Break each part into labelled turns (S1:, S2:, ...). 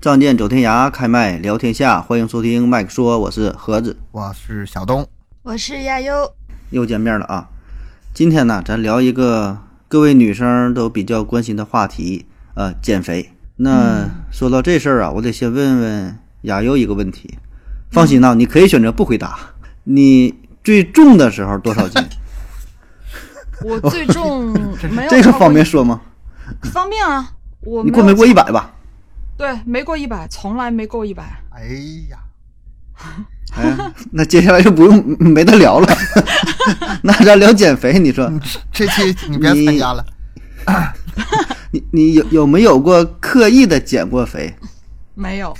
S1: 仗剑走天涯，开麦聊天下，欢迎收听麦克说，我是盒子，
S2: 我是小东，
S3: 我是亚优，
S1: 又见面了啊！今天呢，咱聊一个各位女生都比较关心的话题，呃，减肥。
S3: 嗯
S1: 那、说到这事儿啊，我得先问问亚优一个问
S3: 嗯
S1: 题。放心呐、你可以选择不回答。你最重的时候多少斤？
S3: 我最重 没有
S1: 这个
S3: 超过
S1: 方便说吗？
S3: 方便啊，我
S1: 你
S3: 没
S1: 过
S3: 有
S1: 没过一百吧？
S3: 对，没过一百，从来没过一百。
S2: 哎呀，
S1: 哎，那接下来就不用没得聊了。 那咱聊减肥，你说
S2: 你 这期你别参加了，
S1: 你你有有没有过刻意的减过肥？
S3: 没有，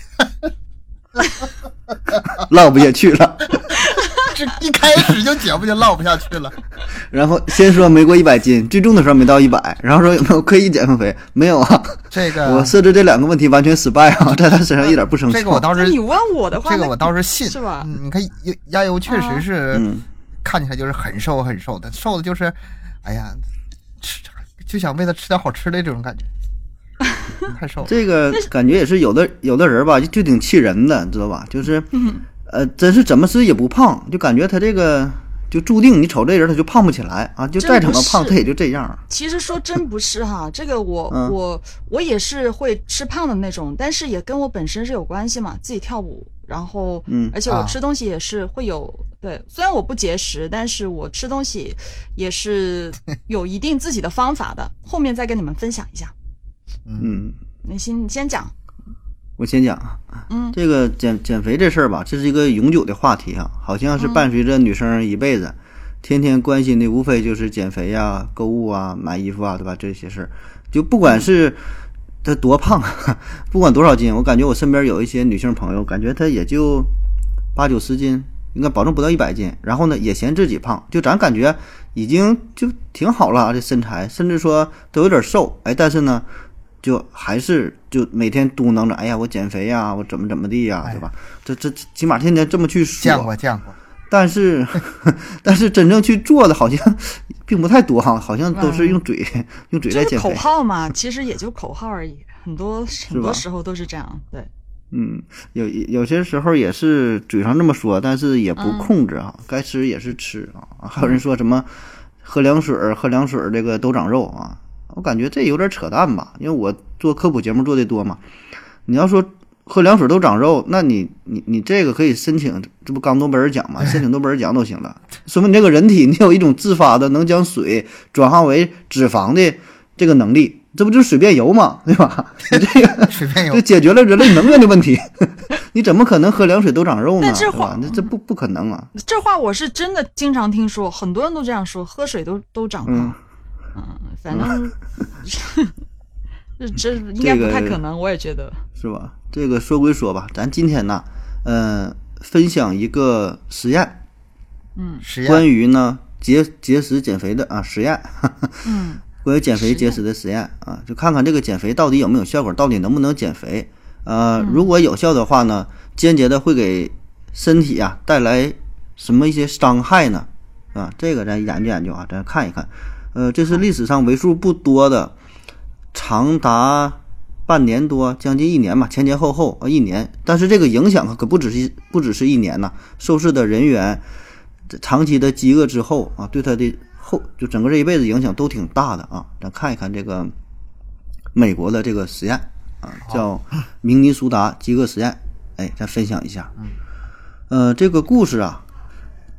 S1: 唠不下去了，
S2: 这一开始就节目就唠不下去了。
S1: 然后先说没过一百斤，最重的时候没到一百，然后说有没有刻意减过肥？没有啊，
S2: 这
S1: 我
S2: 个
S1: 设置这两个问题完全失败啊，在他身上一点不生
S2: 嗯这
S1: 效
S2: 个。我倒
S3: 那
S2: 是
S3: 你问我的话，
S2: 这个
S3: 那
S2: 我倒是信，
S3: 是吧啊
S2: 嗯你看亚亚优确实是、
S1: 嗯，
S2: 看起来就是很瘦很瘦的，瘦的就是，哎呀，吃就想为了吃点好吃的这种感觉，太 瘦了。
S1: 这个感觉也是有的有的人吧，就就挺气人的，知道吧？就是，
S3: 嗯
S1: 呃，真是怎么吃也不胖，就感觉他这个就注定你瞅这人他就胖不起来啊，就再怎么胖
S3: 真不是
S1: 他也就这样。
S3: 其实说真不是哈，这个我、
S1: 嗯
S3: 我我也是会吃胖的那种，但是也跟我本身是有关系嘛，自己跳舞，然后
S1: 嗯
S3: 而且我
S2: 啊
S3: 吃东西也是会有、对，虽然我不节食，但是我吃东西也是有一定自己的方法的，后面再跟你们分享一下。
S2: 嗯，
S1: 嗯，
S3: 你先你先讲，
S1: 我先讲啊，
S3: 嗯
S1: 这个减减肥这事儿吧，这是一个永久的话题啊，好像是伴随着女生一辈子，天天关心的无非就是减肥呀、购物啊、买衣服啊，对吧？这些事儿，就不管是她多胖，啊 不管多少斤，我感觉我身边有一些女性朋友，感觉她也就八九十斤，应该保证不到一百斤，然后呢也嫌自己胖，就咱感觉已经就挺好了啊，这身材，甚至说都有点瘦，哎，但是呢。就还是就每天嘟囔着，哎呀，我减肥呀、我怎么怎么地呀、
S2: 哎
S1: 对吧？这这这起码天天这么去说，
S2: 见过见过，
S1: 但是 但是真正去做的好像 并不太多哈，好像都是用嘴、用嘴
S3: 这
S1: 在
S3: 嗯是
S1: 减
S3: 口
S1: 肥。
S3: 号嘛，其实也就口号而已，很多很
S1: 吧
S3: 多时候都是这样，对。
S1: 嗯，有有些时候也是嘴上这么说，但是也不控制啊，该吃也是吃啊。还有人说什么喝凉水儿，喝凉水儿这个都长肉啊，我感觉这有点扯淡吧，因为我做科普节目做的多嘛。你要说喝凉水都长肉，那你你你这个可以申请，这不刚诺贝尔奖嘛，申请诺贝尔奖都行了，说明你这个人体你有一种自发的能将水转化为脂肪的这个能力，这不就是水变油嘛，对吧？你这个。
S3: 嗯
S2: 随便有
S1: 这解决了人类能源的问题。你怎么可能喝凉水都长肉呢？
S3: 但
S1: 对
S3: 这话
S1: 吧？那这不不可能啊！
S3: 这话我是真的经常听说，很多人都这样说，喝水都都长胖。
S1: 嗯
S3: 嗯，反正、 这这应该不太可能，我 也觉得。
S1: 是吧？这个说归说吧，咱今天呢，呃，分享一个实验，
S2: 实验
S1: 关于呢节节食减肥的啊实验，
S3: 嗯
S1: 关于减肥
S3: 实验
S1: 节食的实验啊，就看看这个减肥到底有没有效果，到底能不能减肥。呃，如果有效的话呢，间接的会给身体啊带来什么一些伤害呢？啊，这个咱研究研究啊，咱看一看。呃，这是历史上为数不多的，长达半年多，将近一年吧，前前后后啊一年。但是这个影响可不只是不只是一年呐、受试的人员这长期的饥饿之后啊，对他的后就整个这一辈子影响都挺大的啊。咱看一看这个美国的这个实验啊，叫明尼苏达饥饿实验，哎，咱分享一下。呃，这个故事啊，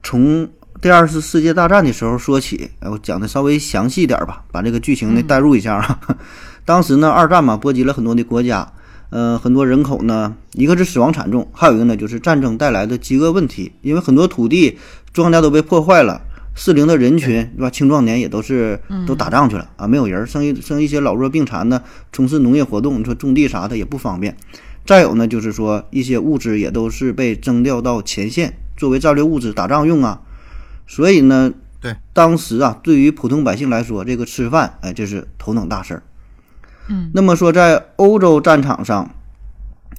S1: 从第二次世界大战的时候说起，哎我讲的稍微详细点儿吧，把这个剧情呢带入一下啊。 当时呢，二战嘛，波及了很多的国家，呃，很多人口呢，一个是死亡惨重，还有一个呢就是战争带来的饥饿问题，因为很多土地庄稼都被破坏了。适龄的人群，对吧？青壮年也都是都打仗去了啊，没有人儿，剩一剩一些老弱病残的，从事农业活动，你说种地啥的也不方便。再有呢，就是说一些物资也都是被征调到前线，作为战略物资打仗用啊。所以呢，
S2: 对
S1: 当时啊，对于普通百姓来说，这个吃饭，哎，这是头等大事儿。
S3: 嗯，
S1: 那么说，在欧洲战场上，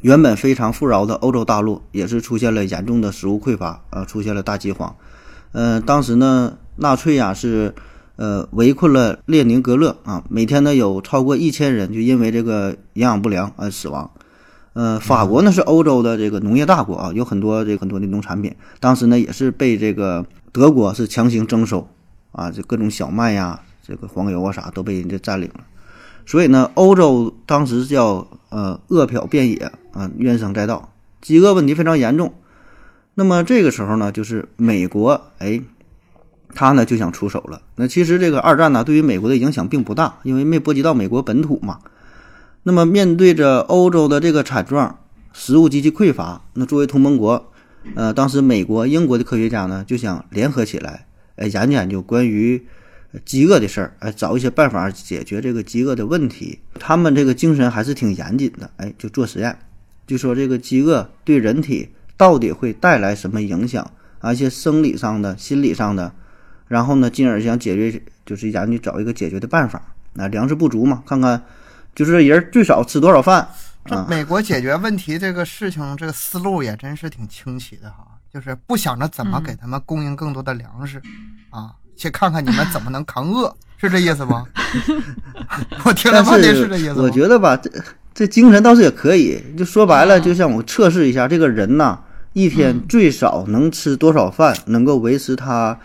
S1: 原本非常富饶的欧洲大陆也是出现了严重的食物匮乏，呃，出现了大饥荒。呃，当时呢，纳粹呀、是呃围困了列宁呃格勒啊，每天呢有超过一千人就因为这个营养不良而死亡。呃，法国呢是欧洲的这个农业大国啊，有很多这个很多的农产品，当时呢也是被这个德国是强行征收啊，这各种小麦呀、这个黄油啊啥都被人家占领了。所以呢，欧洲当时叫呃饿殍遍野啊，怨声载道，饥饿问题非常严重。那么这个时候呢，就是美国，哎，他呢就想出手了。那其实这个二战呢，对于美国的影响并不大，因为没波及到美国本土嘛。那么面对着欧洲的这个惨状，食物极其匮乏，那作为同盟国，呃，当时美国、英国的科学家呢就想联合起来，哎，研究研究关于呃饥饿的事儿，哎，找一些办法解决这个饥饿的问题。他们这个精神还是挺严谨的，哎，就做实验，就说这个饥饿对人体到底会带来什么影响啊，一些生理上的、心理上的，然后呢，进而想解决，就是研究找一个解决的办法。那粮食不足嘛，看看就是人最少吃多少饭
S2: 这
S1: 啊，
S2: 美国解决问题这个事情，这个思路也真是挺清奇的哈，就是不想着怎么
S1: 嗯
S2: 给他们供应更多的粮食，啊，去看看你们怎么能扛饿，是这意思吗？ 我听了
S1: 但
S2: 半天是这意思吗？
S1: 我觉得吧，这这精神倒是也可以。就说白
S2: 嗯
S1: 了，就像我测试一下这个人呐、一天最少能吃多少饭，能够维持他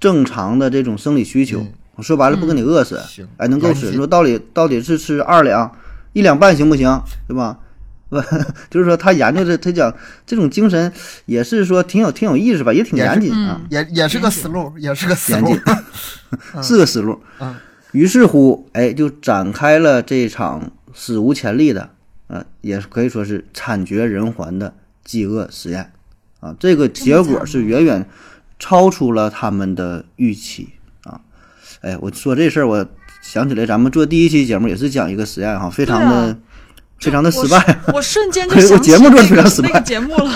S1: 正常的这种生理需求。
S2: 嗯
S1: 我说白了，不给你饿死，
S2: 行
S1: 哎，能够
S2: 严
S1: 吃。
S2: 谨
S1: 你说到底到底是吃二两、一两半行不行？对吧？ 不，就是说他研究这，他讲这种精神也是说挺有挺有意思吧，也挺
S2: 也是
S1: 严谨啊。
S3: 嗯
S2: 也也是个
S3: 严谨
S2: 思路，也是个思
S1: 严
S2: 路
S1: 谨。是个思路。
S2: 嗯
S1: 于是乎，哎，就展开了这场史无前例的，呃，也可以说是惨绝人寰的饥饿实验啊。这个结果是远远超出了他们的预期啊。哎，我说这事儿，我想起来咱们做第一期节目也是讲一个实验哈，非常的、
S3: 对啊
S1: 非常的
S3: 我
S1: 失败。
S3: 是我瞬间 就
S1: 我
S3: 想起
S1: 节目做
S3: 那
S1: 得非
S3: 个
S1: 常失败
S3: 那个节目了，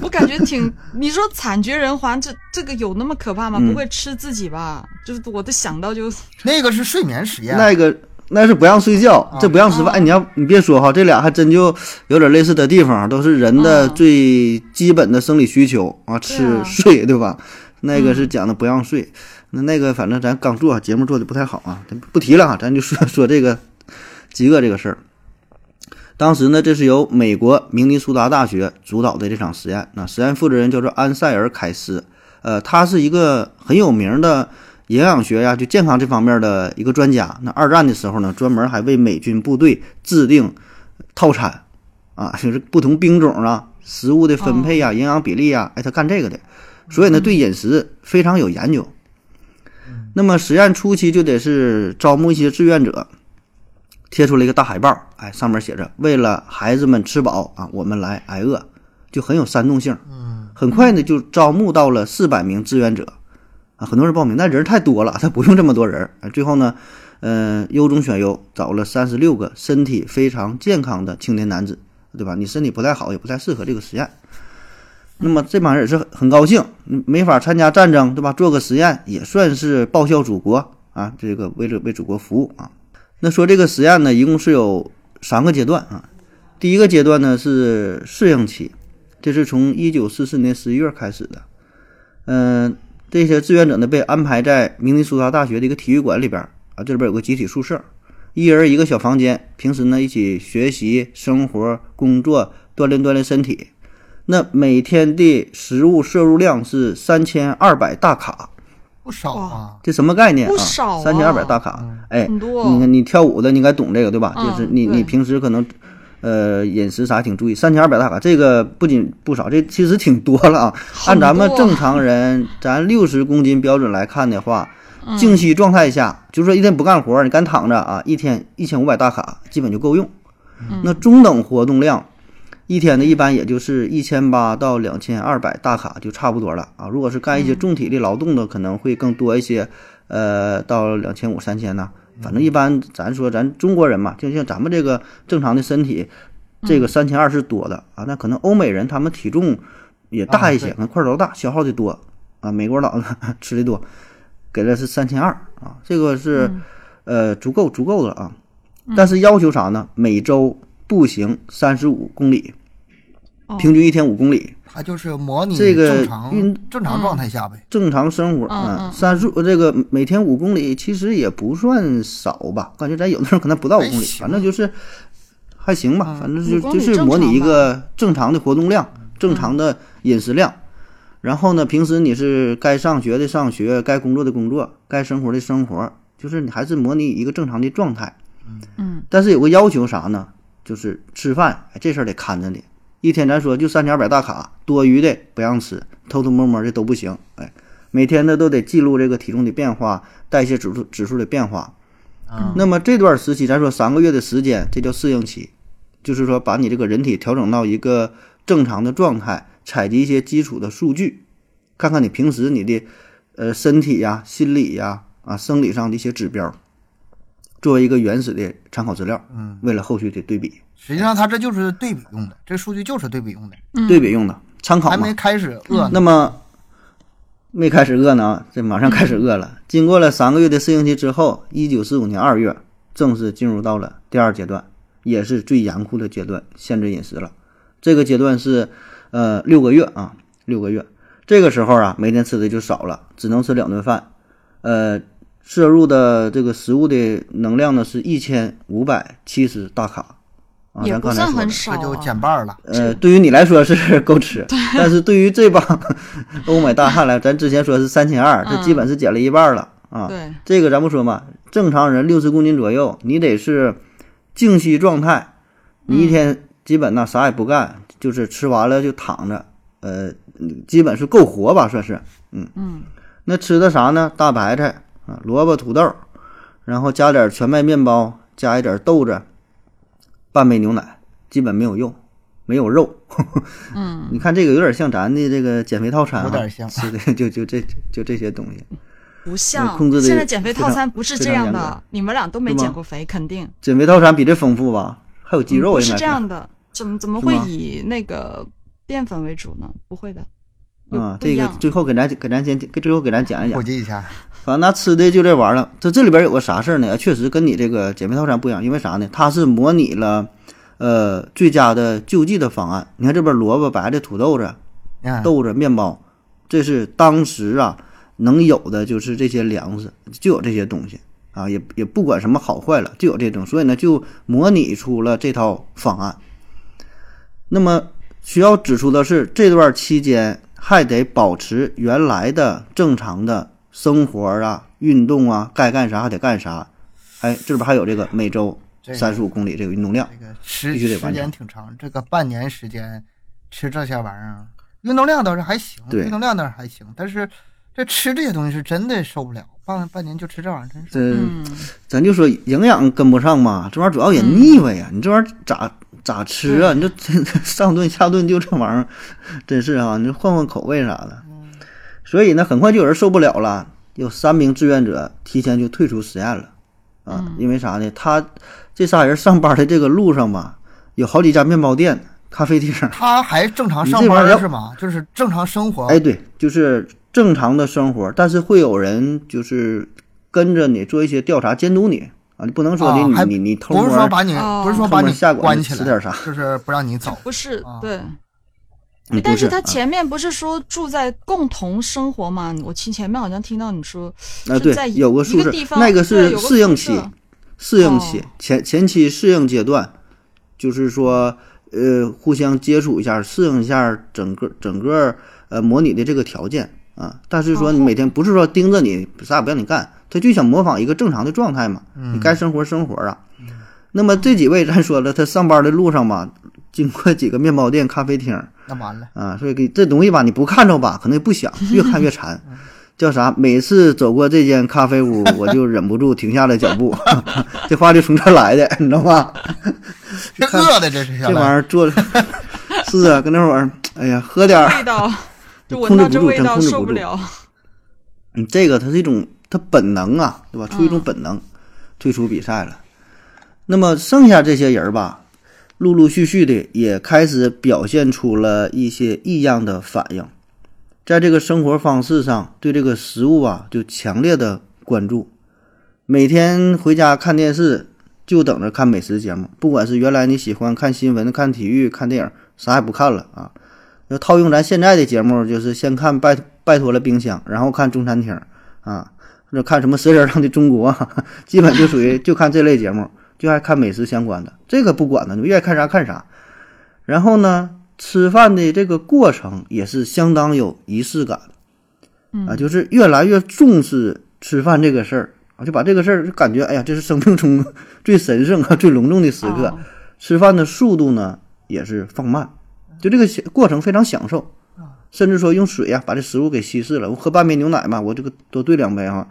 S3: 我感觉挺，你说惨绝人寰，这这个有那么可怕吗？
S1: 嗯
S3: 不会吃自己吧？就是我都想到就
S2: 那个是睡眠实验，
S1: 那个那是不让睡觉，这不让吃饭。
S3: 啊
S1: 哎你要你别说哈，这俩还真就有点类似的地方，都是人的
S3: 啊
S1: 最基本的生理需求啊，吃
S3: 对啊嗯
S1: 睡对吧？那个是讲的不让睡，那那个反正咱刚做节目做的不太好啊，咱不提了哈，咱就说 说这个饥饿这个事儿。当时呢，这是由美国明尼苏达大学主导的这场实验。那实验负责人叫做安塞尔·凯斯，呃，他是一个很有名的营养学呀、就健康这方面的一个专家。那二战的时候呢，专门还为美军部队制定套餐啊， 就是不同兵种啊、食物的分配呀、啊营养比例呀，哎，他干这个的，所以呢，对饮食非常有研究。那么实验初期就得是招募一些志愿者，贴出了一个大海报，哎，上面写着“为了孩子们吃饱啊，我们来挨饿”，就很有煽动性。
S2: 嗯，
S1: 很快呢就招募到了四百名志愿者，啊，很多人报名，但人太多了，他 不用这么多人。啊最后呢，呃，优中选优，找了三十六个身体非常健康的青年男子，对吧？你身体不太好，也不太适合这个实验。那么这帮人也是很高兴，嗯没法参加战争，对吧？做个实验也算是报效祖国啊，这个为了为祖国服务啊。那说这个实验呢，一共是有三个阶段啊。第一个阶段呢是适应期，这是从一九四四年十一月开始的。嗯、这些志愿者呢被安排在明尼苏达大学的一个体育馆里边儿啊，这里边儿有个集体宿舍，一人一个小房间，平时呢一起学习、生活、工作，锻炼锻炼身体。那每天的食物摄入量是三千二百大卡，
S2: 不少啊，
S1: 这什么概念啊？
S3: 不少啊
S1: 三千二百大卡，哎，
S3: 很多
S1: 你看你跳舞的，你应该懂这个对吧？
S3: 嗯
S1: 就是你
S3: 对
S1: 你平时可能，呃，饮食啥挺注意，三千二百大卡，这个不仅不少，这其实挺多了啊。按咱们正常人，咱六十公斤标准来看的话，
S3: 嗯
S1: 静息状态下，就是说一天不干活，你干躺着啊，一天一千五百大卡基本就够用。
S3: 嗯
S1: 那中等活动量，一天呢一般也就是一千八到两千二百大卡就差不多了啊。如果是干一
S2: 嗯
S1: 些重体力劳动的，可能会更多一些，呃，到两千五、三千呐。
S2: 嗯
S1: 反正一般咱说咱中国人嘛，就像咱们这个正常的身体，
S2: 嗯
S1: 这个三千二是多的啊。那可能欧美人他们体重也大一些，
S2: 啊对
S1: 可能块头大，消耗的多啊。美国佬呢 吃的多，给的是三千二啊，这个是、
S2: 嗯
S1: 呃足够足够的啊。但是要求啥呢？每周步行三十五公里，
S3: 哦
S1: 平均一天五公里，
S2: 它就是模拟
S1: 这个
S2: 正常
S1: 运
S2: 正常状态下呗。
S1: 正常生活
S3: 嗯
S1: 啊
S3: 嗯，
S1: 三十这个每天五公里其实也不算少吧，感觉咱有的人可能不到五公里，
S2: 哎行
S1: 反正就是还行吧，
S2: 嗯
S1: 反正就
S3: 五公里
S1: 就是
S3: 正
S1: 模拟
S3: 常嗯
S1: 一个正常的活动量、正常的饮食量。然后呢，平时你是该上学的上学，该工作的工作，该生活的生活，就是你还是模拟一个正常的状态。
S3: 嗯，
S1: 但是有个要求啥呢？就是吃饭，哎，这事儿得看着你。一天咱说就三千二百大卡，多余的不让吃，偷偷摸摸的都不行。哎，每天呢都得记录这个体重的变化、代谢指数指数的变化。
S2: 啊
S1: 那么这段时期，咱说三个月的时间，这叫适应期，就是说把你这个人体调整到一个正常的状态，采集一些基础的数据，看看你平时你的呃身体呀、心理呀、啊生理上的一些指标，作为一个原始的参考资料，
S2: 嗯，
S1: 为了后续的对比，
S2: 实际上它这就是对比用的，这数据就是对比用的，
S1: 对比用的参考
S2: 还
S1: 嘛
S2: 没。开始饿呢。
S1: 嗯那么没开始饿呢啊，这马上开始饿了。经过了三个月的适应期之后，一九四五年二月正式进入到了第二阶段，也是最严酷的阶段——限制饮食了。这个阶段是呃六个月啊，六个月。这个时候啊，每天吃的就少了，只能吃两顿饭。呃，摄入的这个食物的能量呢是一千五百七十大卡啊，
S3: 也
S1: 咱
S3: 不
S1: 刚才
S3: 算
S1: 说的
S3: 很。少
S2: 这就
S3: 啊。
S2: 减半了，
S1: 呃，对于你来说是 够吃，但是对于这帮 欧美大汉来，咱之前说是三千二，这基本是减了一半了、啊。
S3: 对，
S1: 这个咱不说嘛，正常人六十公斤左右，你得是静息状态，你一天基本呢啥也不干，就是吃完了就躺着，呃，基本是够活吧，算是，嗯嗯。那吃的啥呢？大白菜啊，萝卜、土豆，然后加点全麦面包，加一点豆子，半杯牛奶，基本没有用，没有肉。嗯， 你看这个有点像咱的这个减肥套餐、啊，
S2: 有点像
S1: 吃的就就这就这些东西。
S3: 不像
S1: 控制得
S3: 现在减肥套餐不是
S1: 非常
S3: 这样
S1: 非常严
S3: 的，你们俩都没
S1: 是吗
S3: 减过肥，肯定
S1: 减肥套餐比这丰富吧？还有鸡肉
S3: 嗯不
S1: 也
S3: 是
S1: 买
S3: 这样的，怎么怎么
S1: 是
S3: 会
S1: 吗
S3: 以那个淀粉为主呢？不会的，有
S1: 啊、
S3: 不
S1: 这
S3: 一
S1: 个
S3: 样
S1: 最后给咱给咱先给最后给咱讲一
S2: 普
S1: 讲。
S2: 及一下。
S1: 反正拿吃的就这玩意儿了。这这里边有个啥事儿呢？确实跟你这个减肥套餐不一样，因为啥呢？它是模拟了呃最佳的救济的方案。你看这边萝卜、白菜、土豆子、
S2: 嗯，
S1: 豆子、面包，这是当时啊能有的就是这些粮食，就有这些东西啊，也也不管什么好坏了，就有这种，所以呢就模拟出了这套方案。那么需要指出的是，这段期间还得保持原来的正常的生活啊、运动啊，该干啥还得干啥。哎，这边还有这个每周
S2: 这个
S1: 三十五公里这个运动量，
S2: 这个时
S1: 必须得
S2: 时
S1: 完
S2: 间
S1: 成
S2: 挺长，这个半年时间吃这些玩意儿，运动量倒是还行，
S1: 对
S2: 运动量倒是还行，但是这吃这些东西是真的受不了，半半年就吃这玩意儿，真是
S1: 这
S3: 嗯，
S1: 咱就说营养跟不上嘛，这玩意儿主要也腻歪呀、你这玩意儿咋咋吃啊？你就上顿下顿就这玩意儿，真是啊！你就换换口味啥的。所以呢，很快就有人受不了了，有三名志愿者提前就退出实验了啊！因为啥呢？他这仨人上班的这个路上吧，有好几家面包店、咖啡厅。
S2: 他还正常
S1: 你
S2: 上
S1: 这玩
S2: 班
S1: 意儿
S2: 儿
S1: 要
S2: 是吗？就是正常生活，
S1: 哎，对，就是正常的生活，但是会有人就是跟着你做一些调查监督你啊！你不能说
S2: 啊
S1: 你、
S2: 还
S1: 你你偷摸
S2: 不是说把你、
S3: 哦
S2: 不是说
S1: 出
S2: 把
S1: 门
S2: 你
S1: 下馆
S2: 关
S1: 子
S2: 起
S1: 吃
S2: 来，
S1: 点啥？
S2: 就是不让你走。
S3: 不是
S2: 啊
S3: 对。
S1: 嗯
S3: 但是
S1: 不
S3: 他
S1: 啊
S3: 前面不是说住在共同生活吗？我听前面好像听到你 说
S1: 啊，
S3: 是在
S1: 对，
S3: 一
S1: 有个宿
S3: 一个
S1: 舍
S3: 地，方
S1: 那个
S3: 对有
S1: 是
S3: 个
S1: 适应
S3: 宿
S1: 期
S3: 舍，
S1: 适应期
S3: 哦
S1: 前前期适应阶段，就是说呃互相接触一下，适应一下整个整个呃模拟的这个条件啊。但是说
S3: 哦
S1: 你每天不是说盯着你啥也不让你干，他就想模仿一个正常的状态嘛，你该生活生活啊。那么这几位咱说了，他上班的路上吧，经过几个面包店、咖啡厅，
S2: 那完了，
S1: 啊，所以给这东西吧，你不看着吧，可能也不想，越看越馋。叫啥？每次走过这间咖啡屋，我就忍不住停下了脚步。这话就从这儿来的，你知道吗？
S2: 这饿的这是
S1: 这玩意儿做，是啊，跟那会儿，哎呀，喝点儿，
S3: 味道，就
S1: 控
S3: 闻
S1: 制不
S3: 到这
S1: 住
S3: 味
S1: 真
S3: 道
S1: 控制
S3: 受
S1: 不
S3: 不
S1: 住
S3: 了。
S1: 嗯，这个它是一种它本能啊，对吧？出于一种本能，退出比赛了。那么剩下这些人儿吧，陆陆续续的也开始表现出了一些异样的反应，在这个生活方式上，对这个食物啊就强烈的关注，每天回家看电视就等着看美食节目，不管是原来你喜欢看新闻、看体育、看电影，啥也不看了啊。要套用咱现在的节目，就是先看拜拜托了冰箱，然后看中餐 厅啊，或者看什么《舌尖上的中国》，基本就属于就看这类节目。就爱看美食相关的，这个不管了，你们愿意看啥看啥。然后呢，吃饭的这个过程也是相当有仪式感的，啊，就是越来越重视吃饭这个事儿啊，就把这个事儿就感觉，哎呀，这是生命中 最神圣啊、最隆重的时刻
S3: 哦。
S1: 吃饭的速度呢也是放慢，就这个小过程非常享受，甚至说用水呀、把这食物给稀释了。我喝半杯牛奶嘛，我这个多兑两杯啊，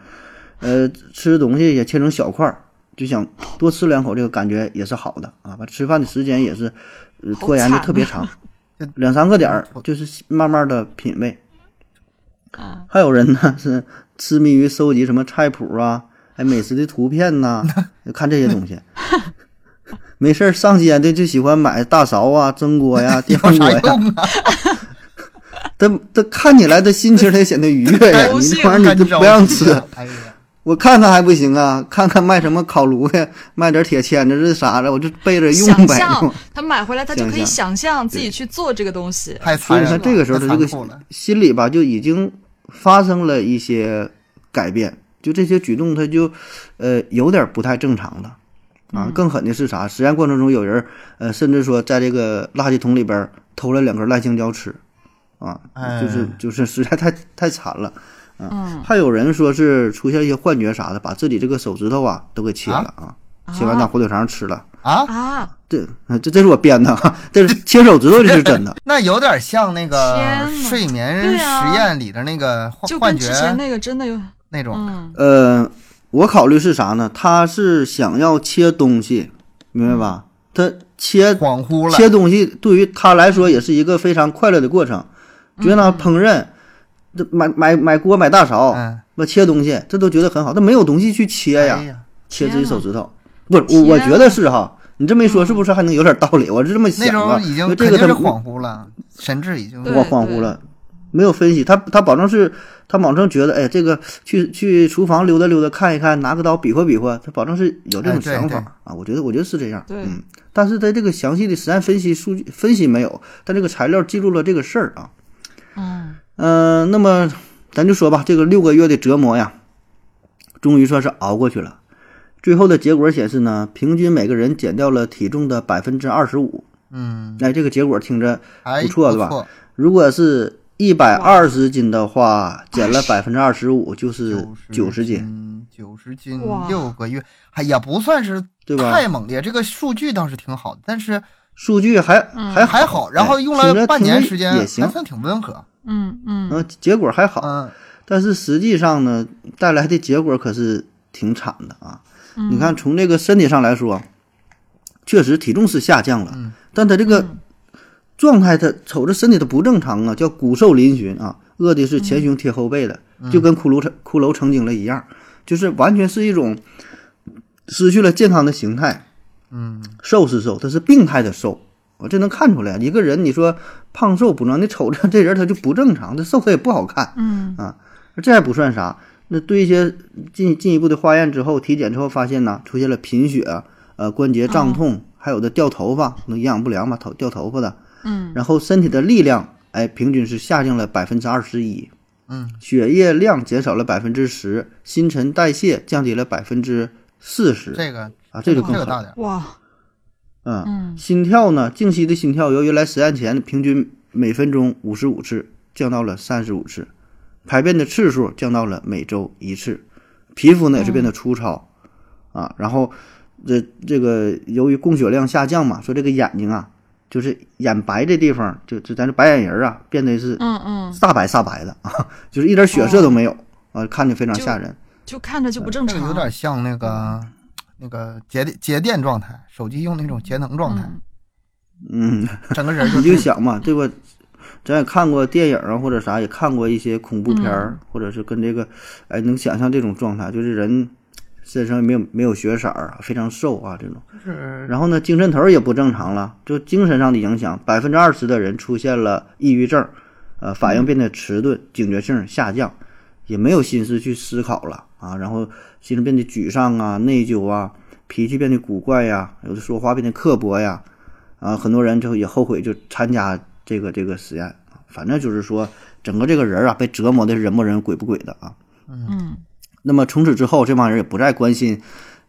S1: 呃，吃东西也切成小块儿，就想多吃两口，这个感觉也是好的啊。把吃饭的时间也是、呃
S3: 好
S1: 拖延的
S3: 惨
S1: 特别
S3: 啊
S1: 长
S2: 就，
S1: 两三个点儿，就是慢慢的品味。
S3: 啊，
S1: 还有人呢是痴迷于收集什么菜谱啊，还美食的图片 呐、看这些东西。 没事儿上街的就喜欢买大勺啊、蒸锅 呀、电
S2: 有
S1: 饭锅
S2: 啥
S1: 呀，
S2: 用啊？
S1: 他他看起来他心情他显得愉悦呀。
S3: 高
S1: 你
S3: 兴
S1: 这玩意儿你
S2: 干
S1: 都不让
S2: 着
S1: 吃
S2: 急，啊哎呀，
S1: 我看看还不行啊？看看卖什么烤炉的，卖点铁签子是啥的，我就备着用
S3: 想
S1: 呗。
S3: 象他买回来，他就可以
S1: 想
S3: 想象自己去做这个东西。
S2: 太
S1: 所以你
S2: 残忍了，
S1: 看这个时候
S2: 太
S1: 他这个
S2: 残酷了
S1: 心里吧就已经发生了一些改变，就这些举动他就呃有点不太正常了
S2: 嗯
S1: 啊。更狠的是啥？实验过程中有人呃甚至说在这个垃圾桶里边偷了两根烂香蕉吃啊，就是
S2: 哎
S1: 就是实在太太惨了。啊
S3: 嗯，
S1: 还有人说是出现一些幻觉啥的，把自己这个手指头啊都给切了啊，切完当火腿肠吃了。
S2: 啊！
S3: 啊，
S1: 这这这是我编的啊，这是切手指头这是真的。
S2: 那有点像那个
S3: 天呐
S2: 睡眠
S3: 对啊
S2: 实验里的那个
S3: 就
S2: 幻幻
S3: 跟之
S2: 觉
S3: 前那个真的有，
S2: 那种，
S3: 嗯，
S1: 呃，我考虑是啥呢？他是想要切东西，明白吧？他切
S2: 恍惚了，
S1: 切东西对于他来说也是一个非常快乐的过程，觉得呢烹饪，这买买买锅买大勺，
S2: 嗯，
S1: 那切东西这都觉得很好，但没有东西去切呀，
S2: 哎呀，
S1: 切自己
S3: 天呐
S1: 手指头，不是我我觉得是哈。你这么一说，是不是还能有点道理？我是这么
S2: 那时
S1: 想
S2: 候
S1: 啊，
S2: 已
S1: 因
S2: 经
S1: 为
S2: 肯
S1: 这个
S2: 定
S1: 他
S2: 是恍惚了，神志已经
S3: 对
S1: 我恍惚了，没有分析。他他保证是，他保证觉得，哎，这个去去厨房溜达溜达看一看，拿个刀比划比划，他保证是有这
S2: 哎
S1: 种
S2: 对
S1: 想法、
S2: 对
S1: 啊。我觉得我觉得是这样，
S3: 对
S1: 嗯。但是他这个详细的实验分析数据分析没有，但这个材料记录了这个事儿啊。
S3: 嗯，
S1: 嗯、那么咱就说吧，这个六个月的折磨呀，终于算是熬过去了。最后的结果显示呢，平均每个人减掉了体重的百分之二十五。
S2: 嗯，
S1: 哎，这个结果听着
S2: 还
S1: 不错的吧如果是一百二十斤的话，减了百分之二十五，就是九十斤，
S2: 斤，九十斤
S3: 哇，
S2: 六个月，还也不算是
S1: 对吧？
S2: 太猛烈。这个数据倒是挺好的，但是
S1: 数据还还
S2: 还好，然后用
S1: 挺
S2: 了
S1: 着
S2: 半
S1: 挺
S2: 年
S1: 着
S2: 时间，
S1: 也行
S2: 还算挺温和。
S3: 嗯嗯，
S1: 嗯，结果还好，
S2: 嗯，
S1: 但是实际上呢，带来的结果可是挺惨的啊。
S2: 嗯
S1: 你看，从这个身体上来说，确实体重是下降了，
S2: 嗯
S1: 但他这个状态，他瞅着身体他不正常啊，叫骨瘦嶙峋啊，饿的是前胸贴后背的，
S2: 嗯
S1: 就跟骷髅成骷髅成精了一样，就是完全是一种失去了健康的形态。
S2: 嗯，
S1: 瘦是瘦，他是病态的瘦，我这能看出来。一个人你说胖瘦不正常，你瞅着这人他就不正常，他瘦他也不好看。
S3: 嗯
S1: 啊，这还不算啥。那对一些进进一步的化验之后，体检之后发现呢，出现了贫血、呃关
S2: 哦
S1: 节胀痛，还有的掉头发，可能营养不良嘛，头掉头发的。
S3: 嗯，
S1: 然后身体的力量，哎，平均是下降了百分之二十一。
S2: 嗯，
S1: 血液量减少了百分之十，新陈代谢降低了百分之四十
S2: 这个
S1: 啊，这就
S2: 这
S1: 更
S2: 个
S1: 狠
S2: 大点儿，
S3: 哇，
S1: 嗯，心跳呢，静息的心跳由原来实验前平均每分钟五十五次，降到了三十五次；排便的次数降到了每周一次，皮肤呢也是变得粗糙、
S3: 嗯
S1: 啊。然后这这个由于供血量下降嘛，说这个眼睛啊，就是眼白这地方，就就咱这白眼仁儿啊，变得是
S3: 嗯嗯，
S1: 煞白煞白的啊， 就是一点血色都没有、啊，看着非常
S3: 就
S1: 吓人。
S3: 哦就看着就不正
S2: 这个
S3: 常，
S2: 有点像那个那个节电节电状态，手机用那种节能状态，
S3: 嗯
S1: 嗯，
S2: 整个人
S1: 你
S2: 就
S1: 就想嘛，对吧？咱也看过电影啊，或者啥，也看过一些恐怖片儿，或者是跟这个，哎，能想象这种状态，就是人身上没有没有血色儿，非常瘦啊这种。
S2: 是
S1: 然后呢，精神头儿也不正常了，就精神上的影响，百分之二十的人出现了抑郁症，呃，反应变得迟钝，警觉性下降，也没有心思去思考了啊，然后心里变得沮丧啊、内疚啊，脾气变得古怪呀、有的说话变得刻薄呀，啊，很多人就也后悔就参加这个这个实验，反正就是说整个这个人儿啊被折磨的人模人鬼不鬼的啊。
S3: 嗯
S1: 那么从此之后，这帮人也不再关心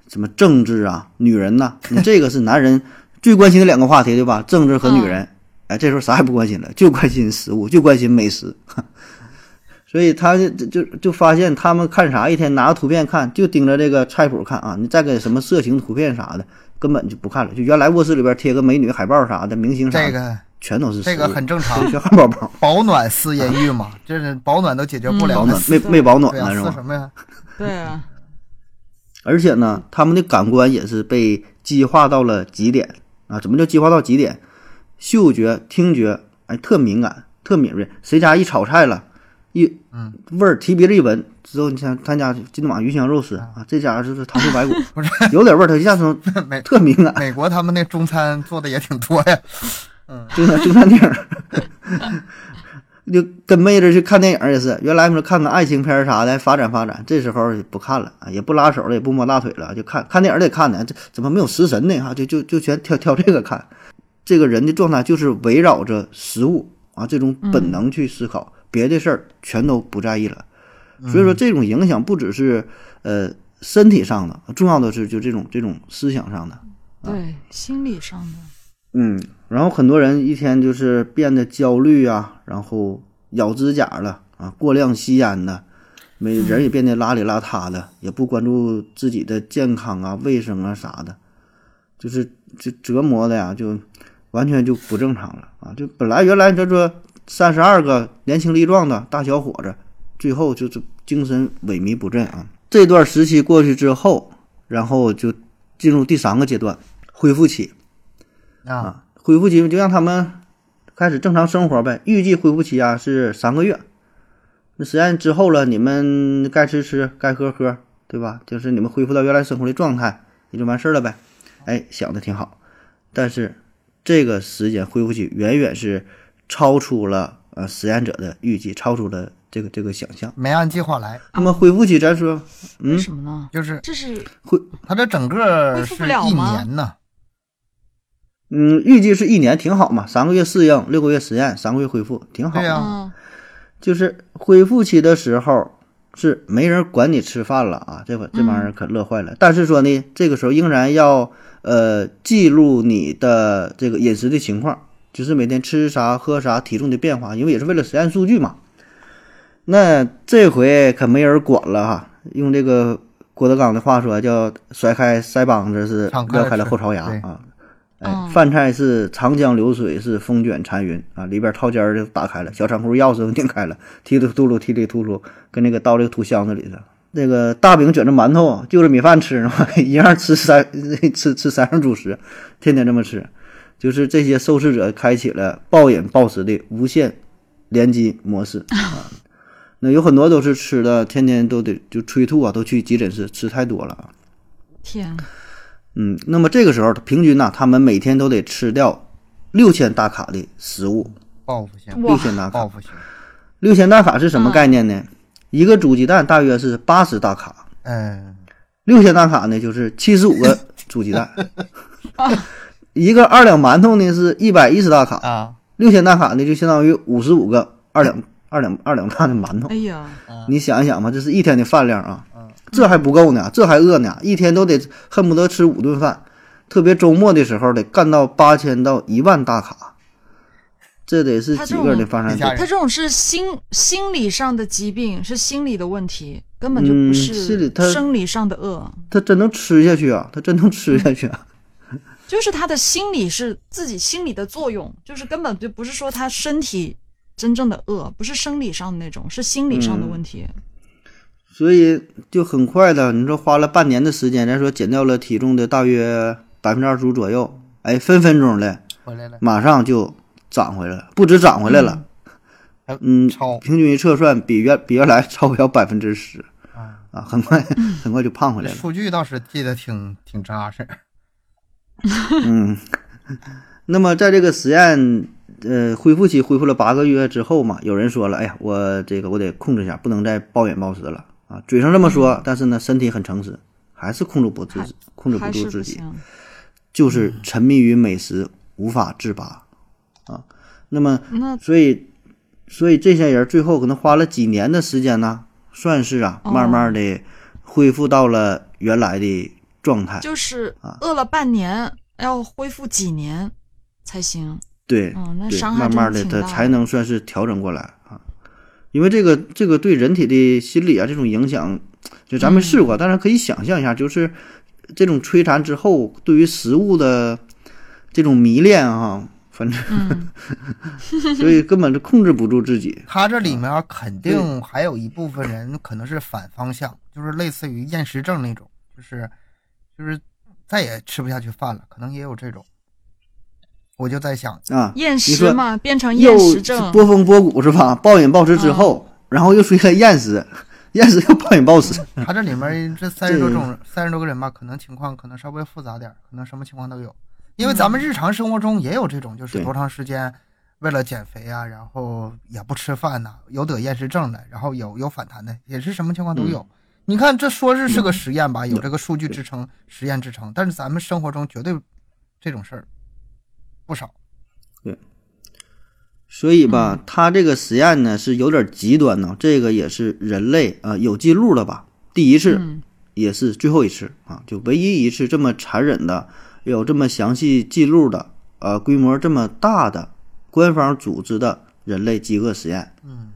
S1: 什么政治啊、女人呐、你这个是男人最关心的两个话题，对吧？政治和女人，哎，这时候啥也不关心了，就关心食物，就关心美食。 所以他就就就发现他们看啥，一天拿个图片看，就盯着这个菜谱看啊。你再给什么色情图片啥的，根本就不看了。就原来卧室里边贴个美女海报啥的，明星啥的，
S2: 这个
S1: 全都是
S2: 这个
S1: 食物
S2: 很正常，
S1: 小汉堡包，
S2: 保暖思淫欲嘛，这是保暖都解决不
S1: 保
S2: 了
S3: 嗯
S2: 的
S1: 暖
S2: 事，
S1: 没没保暖
S2: 对啊
S1: 呢
S2: 呀，
S1: 是
S2: 思
S1: 吧？
S2: 什么呀？
S3: 对啊，
S1: 而且呢，
S2: 嗯
S1: 他们的感官也是被激化到了极点啊！怎么叫激化到极点？嗅觉、听觉，哎，特敏感、特敏锐。谁家一炒菜了，一
S2: 嗯
S1: 味儿提鼻子一闻，之后你像他家今晚鱼香肉丝啊，这家就是糖醋排骨，
S2: 嗯 不是
S1: 有点味儿，他一下 子
S2: 美
S1: 特敏感，
S2: 美国他们那中餐做的也挺多呀，
S1: 就在中餐厅儿， 就跟妹子去看电影儿也是，原来说看个爱情片儿啥的，发展发展，这时候也不看了啊，也不拉手了，也不摸大腿了，就看看电影儿得看呢，这怎么没有食神呢？啊哈，就就就全挑挑这个看，这个人的状态就是围绕着食物啊这种本能去思考，别的事儿全都不在意了。所以说，这种影响不只是呃身体上的，重要的是就这种这种思想上的。
S3: 对，心理上的，
S1: 嗯，然后很多人一天就是变得焦虑啊，然后咬指甲了啊，过量吸烟呐，没人也变得邋里邋遢的，也不关注自己的健康啊、卫生啊啥的，就是就折磨的呀，就完全就不正常了啊！就本来原来这说三十二个年轻力壮的大小伙子，最后就是精神萎靡不振啊。这段时期过去之后，然后就进入第三个阶段，恢复期。嗯
S2: 啊，
S1: 恢复期就让他们开始正常生活呗。预计恢复期啊是三个月，那实验之后了，你们该吃吃，该喝喝，对吧？就是你们恢复到原来生活的状态，也就完事儿了呗。哎，想的挺好，但是这个时间恢复期远远是超出了呃实验者的预计，超出了这个这个想象。
S2: 没按计划来，
S1: 那么恢复期，咱说，嗯
S3: 为，什么呢？
S2: 就是
S3: 这是
S2: 他这整个
S3: 恢复不
S2: 是
S3: 了
S2: 一
S3: 吗
S2: 年呢，
S1: 嗯，预计是一年，挺好嘛，三个月适应，六个月实验，三个月恢复，挺好。
S2: 对呀
S3: 嗯，
S1: 就是恢复期的时候是没人管你吃饭了啊，这会这帮
S2: 嗯
S1: 人可乐坏了。但是说呢，这个时候仍然要呃记录你的这个饮食的情况，就是每天吃啥喝啥，体重的变化，因为也是为了实验数据嘛。那这回可没人管了哈，用这个郭德纲的话说，叫甩开腮帮子是
S2: 敞开
S1: 撩
S2: 了
S1: 开了
S2: 吃
S1: 后槽牙
S2: 对
S1: 啊。哎
S3: 嗯，
S1: 饭菜是长江流水，是风卷残云啊！里边套间儿就打开了，小仓库钥匙都拧开了， 踢里秃噜，踢里秃噜，跟那个倒这个土箱子里头。那个大饼卷着馒头，啊就着米饭吃呢， 一样吃三 吃吃三样主食，天天这么吃，就是这些受试者开启了暴饮暴食的无限联机模式啊。那有很多都是吃的，天天都得就催吐啊，都去急诊室，吃太多了啊。
S3: 天，
S1: 嗯，那么这个时候平均呢、他们每天都得吃掉六千大卡的食物，
S2: 报复性，
S1: 六
S3: 哇，
S1: 千大
S2: 报
S1: 卡，
S2: 复性，
S1: 六千大卡是什么
S3: 嗯
S1: 概念呢？一个煮鸡蛋大约是八十大卡，
S2: 嗯，
S1: 六千大卡呢就是七十五个煮鸡 蛋，
S3: 啊
S1: 一个二两馒头呢是一百一十大卡，
S2: 啊，
S1: 六千大卡呢就相当于五十五个二两二两二两大的馒头
S3: 哎。呀，
S1: 你想一想吧，这是一天的饭量啊，这还不够呢，这还饿呢，一天都得恨不得吃五顿饭，特别周末的时候得干到八千到一万大卡，这得是几个人的饭
S2: 他这种
S1: 量
S2: 哎
S3: 他
S1: 得？
S3: 这种是心心理上的疾病，是心理的问题，根本就
S1: 嗯
S3: 不
S1: 心理
S3: 是
S1: 他
S3: 生理上的恶，
S1: 他真能吃下去啊，他真能吃下去啊，
S3: 就是他的心理是自己心理的作用，就是根本就不是说他身体真正的恶，不是生理上的那种，是心理上的问题。
S1: 所以就很快的，你说花了半年的时间，咱说减掉了体重的大约百分之二十五左右，哎，分分钟的
S2: 回来了，
S1: 马上就涨回来了，不止涨回来了，
S2: 还
S1: 嗯，
S2: 超
S1: 平均一测算比原比原来超标百分之十
S2: 啊，
S1: 啊，很快
S3: 嗯
S1: 很快就胖回
S2: 这
S1: 来了。
S2: 数据倒是记得挺挺扎实，
S1: 嗯，那么在这个实验呃恢复期恢复了八个月之后嘛，有人说了，哎呀，我这个我得控制一下，不能再暴饮暴食了啊。嘴上这么说，但是呢，身体很诚实，还是控制不住
S3: 嗯还，
S1: 控制
S3: 还
S1: 不
S3: 是
S1: 住
S3: 不
S1: 自己，
S3: 行，嗯
S1: 就是沉迷于美食无法自拔啊。那么
S3: 那
S1: 所以，所以这些人最后可能花了几年的时间呢，算是啊，
S3: 哦
S1: 慢慢的恢复到了原来的状态。
S3: 就是
S1: 啊
S3: 饿了半年，要恢复几年才行。
S1: 对，
S3: 嗯那
S1: 对，
S3: 伤害
S1: 慢
S3: 真
S1: 慢
S3: 的
S1: 的
S3: 挺
S1: 它
S3: 大
S1: 才
S3: 的
S1: 能算是调整过来啊。因为这个这个对人体的心理啊这种影响，就
S3: 嗯
S1: 咱没试过，但是可以想象一下，就是这种摧残之后对于食物的这种迷恋啊，反正、
S3: 嗯
S1: 所以根本就控制不住自己。
S2: 他这里面儿肯定还有一部分人可能是反方向，就是类似于厌食症那种，就是就是再也吃不下去饭了，可能也有这种。我就在想，
S1: 啊，
S3: 厌
S1: 你说
S3: 食嘛，变成
S1: 又
S3: 厌食症。嗯
S1: 波峰波谷是吧？暴饮暴食之后，然后又出现厌食， 厌食又暴饮暴
S3: 嗯
S1: 食，
S2: 他这里面儿这三十多种三十多个人吧，可能情况可能稍微复杂点儿，可能什么情况都有。因为咱们日常生活中也有这种，就是
S1: 对
S2: 多长时间为了减肥啊，然后也不吃饭呐、有得厌食症的，然后有有反弹的，也是什么情况都有。你看这说是是个实验吧，有这个数据支撑、实验支撑，但是咱们生活中绝对这种事儿不少。
S1: 所以
S3: 嗯
S1: 吧，他这个实验呢是有点极端呢，这个也是人类啊、呃有记录了吧？第一次，
S3: 嗯
S1: 也是最后一次啊，就唯一一次这么残忍的、有这么详细记录的、呃规模这么大的官方组织的人类饥饿实验。
S2: 嗯，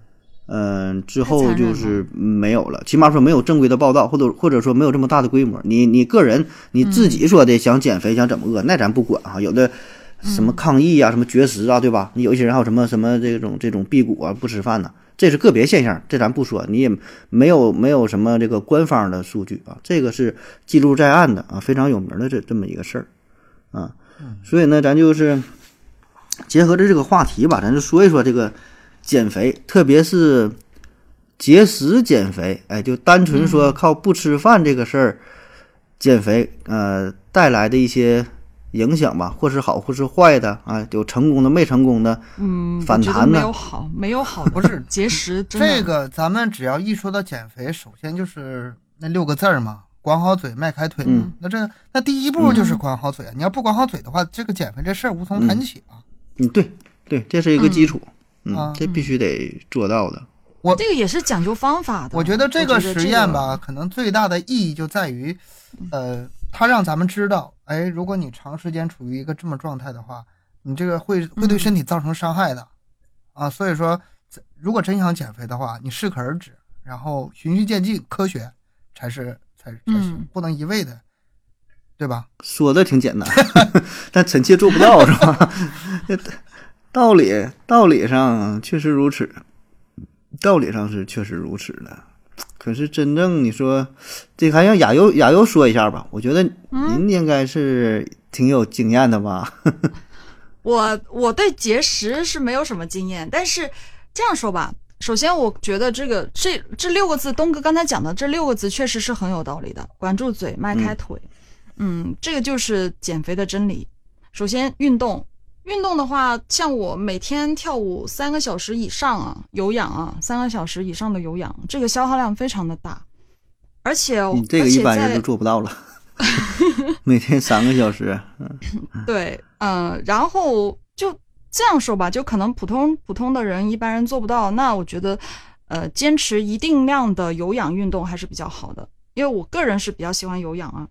S1: 嗯，之
S3: 太
S1: 后
S3: 残忍
S1: 就
S3: 了
S1: 是没有了，起码说没有正规的报道，或者或者说没有这么大的规模。你你个人你自己说的想减肥、想怎么饿，那咱不管啊。有的什么抗议啊、什么绝食啊，对吧？你有一些人还有什么什么这种这种辟谷啊、不吃饭呢、这是个别现象，这咱不说，你也没有没有什么这个官方的数据啊，这个是记录在案的啊，非常有名的这这么一个事儿啊。所以呢，咱就是结合着这个话题吧，咱就说一说这个减肥，特别是节食减肥，哎，就单纯说靠不吃饭这个事儿减肥，呃，带来的一些影响吧，或是好，或是坏的啊，有成功的，没成功的，
S3: 嗯，
S1: 反
S3: 我觉得
S1: 弹
S3: 没
S1: 呢
S3: 有好，没有好，
S2: 不是
S3: 节 食真的。
S2: 这个咱们只要一说到减肥，首先就是那六个字儿嘛，管好嘴，迈开腿。
S1: 嗯
S2: 那这那第一步就是管好嘴啊！你要不管好嘴的话，这个减肥这事儿无从谈起啊。
S1: 嗯，对对，这是一个基础，嗯，
S2: 啊
S1: 这必须得做到的，
S3: 这个也是讲究方法的。
S2: 我觉得这
S3: 个
S2: 个实验吧，，可能最大的意义就在于，呃，它让咱们知道，哎，如果你长时间处于一个这么状态的话，你这个会会对身体造成伤害的，啊，所以说，如果真想减肥的话，你适可而止，然后循序渐进，科学才是才才行，
S3: 嗯
S2: 不能一味的，对吧？
S1: 说的挺简单， 但臣妾做不到是吧？道理道理上确实如此，道理上是确实如此的。可是真正你说，这还让亚优亚优说一下吧。我觉得
S3: 嗯
S1: 您应该是挺有经验的吧？
S3: 我我对节食是没有什么经验，但是这样说吧，首先我觉得这个这这六个字，东哥刚才讲的这六个字确实是很有道理的，管住嘴，迈开腿，嗯这个就是减肥的真理。首先运动，运动的话，像我每天跳舞三个小时以上啊，有氧啊，三个小时以上的有氧，这个消耗量非常的大，而且
S1: 你这
S3: 哦而
S1: 个一
S3: 且
S1: 般
S3: 在
S1: 人都做不到 了，每天三个小时。
S3: 对，嗯、然后就这样说吧，就可能普通普通的人、一般人做不到。那我觉得，呃，坚持一定量的有氧运动还是比较好的，因为我个人是比较喜欢有氧啊。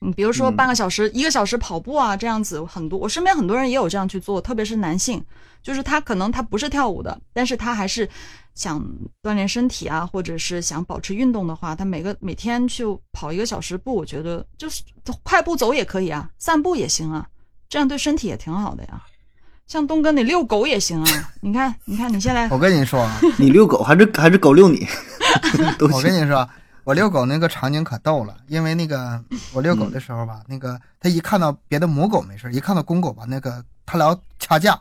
S3: 你比如说
S1: 嗯
S3: 半个小时、一个小时跑步啊，这样子很多，我身边很多人也有这样去做，特别是男性，就是他可能他不是跳舞的，但是他还是想锻炼身体啊，或者是想保持运动的话，他每个每天去跑一个小时步，我觉得就是快步走也可以啊，散步也行啊，这样对身体也挺好的呀。像东哥，你遛狗也行 啊！你看，你看，你现在
S2: 我
S1: 哦
S2: 跟你说啊，
S1: 你遛狗还是还是狗遛你，都
S2: 我
S1: 行
S2: 跟。你说，我遛狗那个场景可逗了，因为那 个我遛狗的时候
S1: 嗯
S2: 吧，那个它一看到别的母狗没事，一看到公狗吧，那个它老掐架，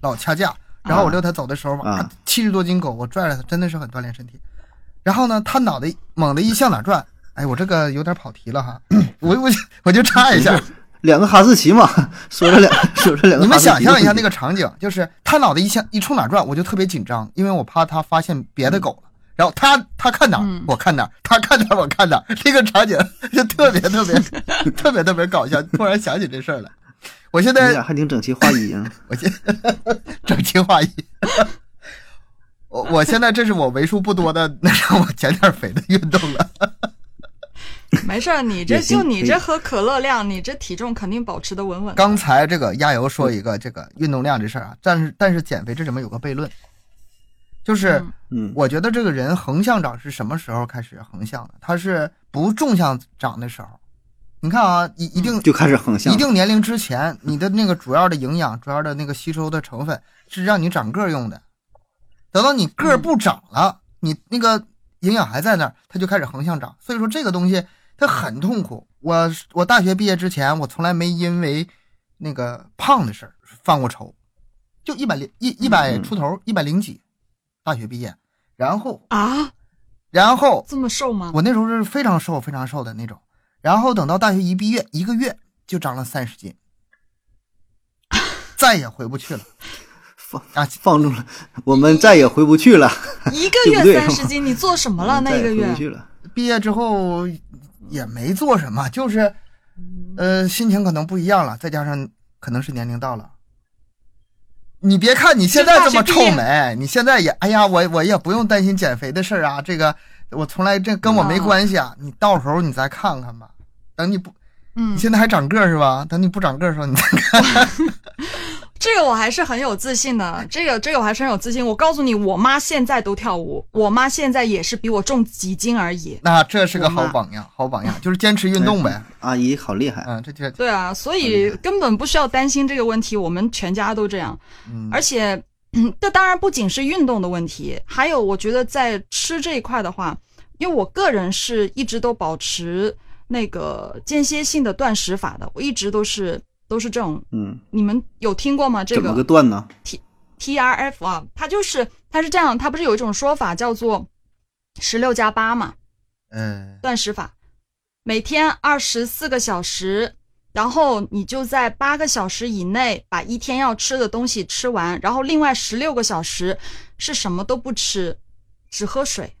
S2: 老掐架。然后我遛它走的时候
S1: 啊
S2: 吧，七十多斤狗，我拽着它真的是很锻炼身体。然后呢，它脑袋猛的一向哪转，哎，我这个有点跑题 了哈，我我就我就插一下，
S1: 两个哈士奇嘛，说了两说了两个。
S2: 你们想象一下那，个场景，就是他脑袋一向一冲哪转，我就特别紧张，因为我怕他发现别的狗了。然后他他看哪儿，我看哪儿，他看哪儿，我看哪儿，这个场景 就特别特别特别特别搞笑。突然想起这事儿来，我现
S1: 你
S2: 在
S1: 俩还挺整齐划一啊。
S2: 我现 整齐划一。我我现在这是我为数不多的能让我减点肥的运动了。
S3: 没事儿，你这
S1: 也行
S3: 就你
S1: 可以
S3: 这喝可乐量，你这体重肯定保持的稳稳的。
S2: 刚才这个亚游说一个这个运动量这事儿啊，但是但是减肥这里面有个悖论，就是
S3: 嗯
S1: 嗯
S2: 我觉得这个人横向长是什么时候开始横向的？他是不纵向长的时候。你看啊，一一定
S1: 嗯就开始横向
S2: 一
S1: 了，
S2: 定年龄之前，你的那个主要的营养、主要的那个吸收的成分是让你长个儿用的。等到你个儿不长了，你那个营养还在那儿，它就开始横向长。所以说这个东西它很痛苦。我我大学毕业之前，我从来没因为那个胖的事儿犯过愁，就一百零一一百
S1: 嗯
S2: 出头，一百零几，大学毕业，然后
S3: 啊，
S2: 然后
S3: 这么瘦吗？
S2: 我那时候是非常瘦、非常瘦的那种。然后等到大学一毕业，一个月就长了三十斤，再也回不去了。
S1: 放
S2: 啊，
S1: 放纵了，我们再也回不去了，
S3: 一个
S1: 对不
S3: 月
S1: 对
S3: 三十斤，你做什么了？
S1: 再
S3: 那
S1: 也
S3: 个
S1: 回
S3: 月
S1: 不去了。
S2: 毕业之后也没做什么，就是，呃，心情可能不一样了，再加上可能是年龄到了。你别看你现在这么臭
S3: 就大学毕
S2: 美，你现在也，哎呀，我我也不用担心减肥的事儿啊，这个我从来这跟我没
S3: 啊
S2: 关系啊。你到时候你再看看吧，等你不，
S3: 嗯
S2: 你，现在还长个儿是吧？等你不长个儿的时候，你再
S3: 这个我还是很有自信的，这个这个我还是很有自信。我告诉你，我妈现在都跳舞，我妈现在也是比我重几斤而已。
S2: 那这是个
S3: 我
S2: 好
S3: 妈
S2: 榜样，好榜样就是坚持运动呗。
S1: 阿姨好厉害，
S2: 嗯，这这，
S3: 对啊，所以根本不需要担心这个问题，我们全家都这样。
S2: 嗯，
S1: 哎
S3: 而且， 这当然不仅是运动的问题，还有我觉得在吃这一块的话，因为我个人是一直都保持那个间歇性的断食法的，我一直都是都是这种。
S1: 嗯，
S3: 你们有听过吗？这
S1: 怎么个断呢？
S3: TRF 啊，它就是它是这样，它不是有一种说法叫做十六加八嘛，
S2: 嗯，
S3: 断食法，每天二十四个小时，然后你就在八个小时以内把一天要吃的东西吃完，然后另外十六个小时是什么都不吃，只喝水，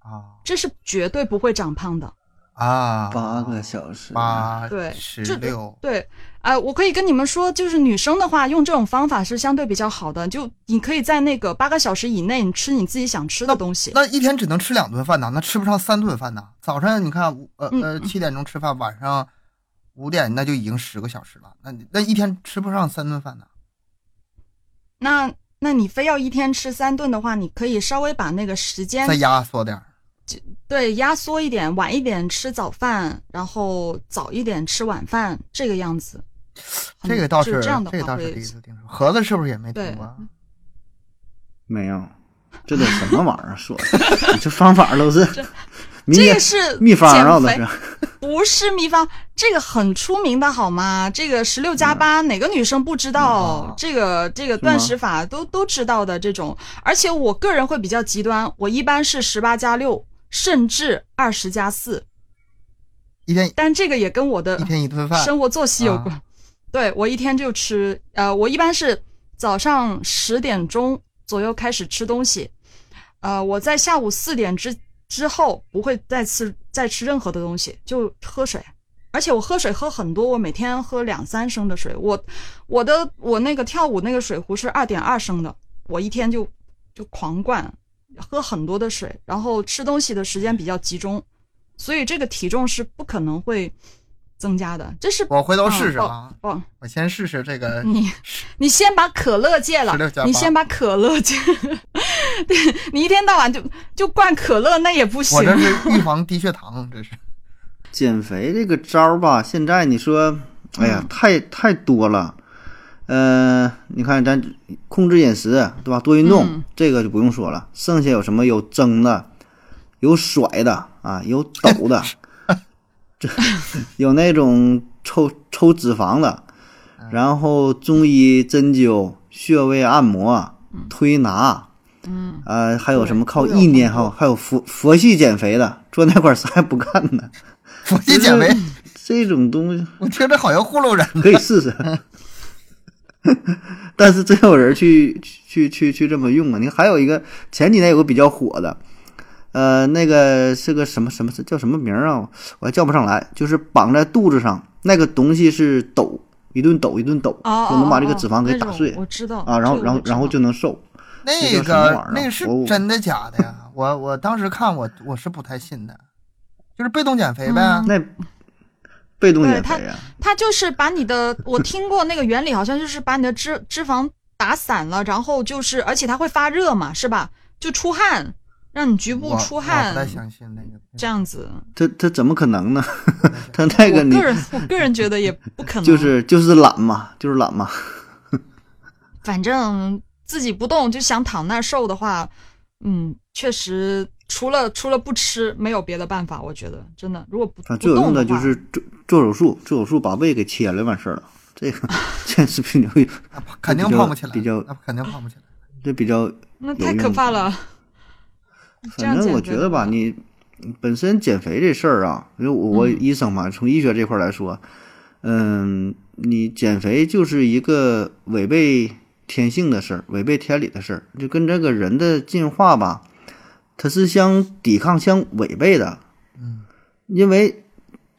S2: 啊
S3: 这是绝对不会长胖的。
S2: 啊，
S1: 八个小时，
S2: 八
S3: 对
S2: 十
S3: 这
S2: 六，
S3: 对，呃，我可以跟你们说，就是女生的话，用这种方法是相对比较好的。就你可以在那个八个小时以内，你吃你自己想吃的东西。
S2: 那一天只能吃两顿饭呐，那吃不上三顿饭呐。早上你看，五
S3: 嗯
S2: 呃呃，七点钟吃饭，晚上五点那就已经十个小时了，那你那一天吃不上三顿饭呐。
S3: 那那你非要一天吃三顿的话，你可以稍微把那个时间
S2: 再压缩点儿，
S3: 对压缩一点，晚一点吃早饭，然后早一点吃晚饭，这个样子。
S2: 这个倒
S3: 嗯就是这样的
S2: 这个
S3: 话
S2: 倒是
S3: 会
S2: 第一次听说。盒子是不是也没听
S3: 对
S2: 过啊？
S1: 没有，这都什么玩意儿说的？ 你这方法都是迷
S3: 这个是
S1: 秘方啊，
S3: 减
S1: 都
S3: 肥
S1: 是。
S3: 不是秘方，这个很出名的好吗？这个十六加八，哪个女生不知道？
S2: 嗯
S3: 这个这个断食法都都知道的这种。而且我个人会比较极端，我一般是十八加六，甚至二十加四，
S2: 一天
S3: 但这个也跟我的
S2: 一天一顿饭，
S3: 生活作息有
S2: 啊
S3: 关。对我一天就吃，呃，我一般是早上十点钟左右开始吃东西，呃，我在下午四点之之后不会再吃再吃任何的东西，就喝水。而且我喝水喝很多，我每天喝两三升的水。我我的我那个跳舞那个水壶是二点二升的，我一天就就狂灌，喝很多的水，然后吃东西的时间比较集中，所以这个体重是不可能会增加的。这是
S2: 我回头试试
S3: 嗯
S2: 啊，
S3: 报报
S2: 我先试试这个
S3: 你你先把可乐戒了
S2: 16加，8
S3: 你先把可乐戒， 对你一天到晚就就灌可乐，那也不行
S2: 我。这是预防低血糖，这是。
S1: 减肥这个招儿吧，现在你说，哎
S3: 嗯
S1: 呀，太太多了。呃，你看咱控制饮食，对吧？多运动，
S3: 嗯
S1: 这个就不用说了。剩下有什么？有蒸的，有甩的啊，有抖 的，这有那种抽抽脂肪的，
S3: 嗯
S1: 然后中医针灸、穴位按摩、推拿，
S3: 嗯，
S1: 呃，还有什么
S3: 对
S1: 靠
S3: 都有
S1: 意
S3: 很
S1: 念，
S3: 多
S1: 还有还有佛佛系减肥的，坐那块儿啥也不干的，
S2: 腹肌减肥，
S3: 嗯
S1: 这种东西
S2: 我听着好像糊弄人。
S1: 可以试 试。但是真有人去去去去这么用啊！你还有一个前几年有个比较火的，呃，那个是个什么什么叫什么名儿啊？我还叫不上来，就是绑在肚子上那个东西是抖，一顿抖一顿抖，
S3: 哦，
S1: 就能把这个脂肪给打
S3: 那
S1: 碎
S3: 种我知道
S1: 啊，然后
S3: 这个
S1: 然后
S3: 我知道
S1: 然后就能瘦。
S2: 那
S1: 那叫什么玩意
S2: 个
S1: 儿啊
S2: 那个是
S1: 我
S2: 真的假的呀？我我当时看我我是不太信的，就是被动减肥
S3: 嗯
S2: 呗。
S1: 那被动减
S3: 对它
S1: 肥啊，
S3: 它就是把你的，我听过那个原理，好像就是把你的脂脂肪打散了，然后就是，而且它会发热嘛，是吧？就出汗，让你局
S2: 我
S3: 部出
S2: 我不太
S3: 汗，
S2: 相信那个。
S3: 这样子。
S1: 它它怎么可能呢？ 它那个
S3: 我
S1: 你
S3: 个人， 我个人觉得也不可能，
S1: 就是就是懒嘛，就是懒嘛。
S3: 反正自己不动就想躺那儿瘦的话，嗯，确实除了除了不吃没有别的办法，我觉得真的，如果不
S1: 反正
S3: 不
S1: 最有用
S3: 动
S1: 的
S3: 的
S1: 就
S3: 话
S1: 是做做手术，做手术把胃给切了，完事儿了。这个 这是比较
S2: 那肯定
S1: 比较
S2: 胖不起来，
S1: 比较
S2: 那肯定胖不起来。
S1: 这比较，
S3: 那
S1: 有
S3: 太
S1: 用
S3: 可怕
S1: 的
S3: 了。这样
S1: 反正我
S3: 减肥嗯
S1: 觉得吧，
S3: 的
S1: 你本身减肥这事儿啊，因为我
S3: 嗯
S1: 我医生嘛，从医学这块儿来说，嗯，你减肥就是一个违背天性的事儿，违背天理的事儿，就跟这个人的进化吧，它是相抵抗、相违背的。
S2: 嗯，
S1: 因为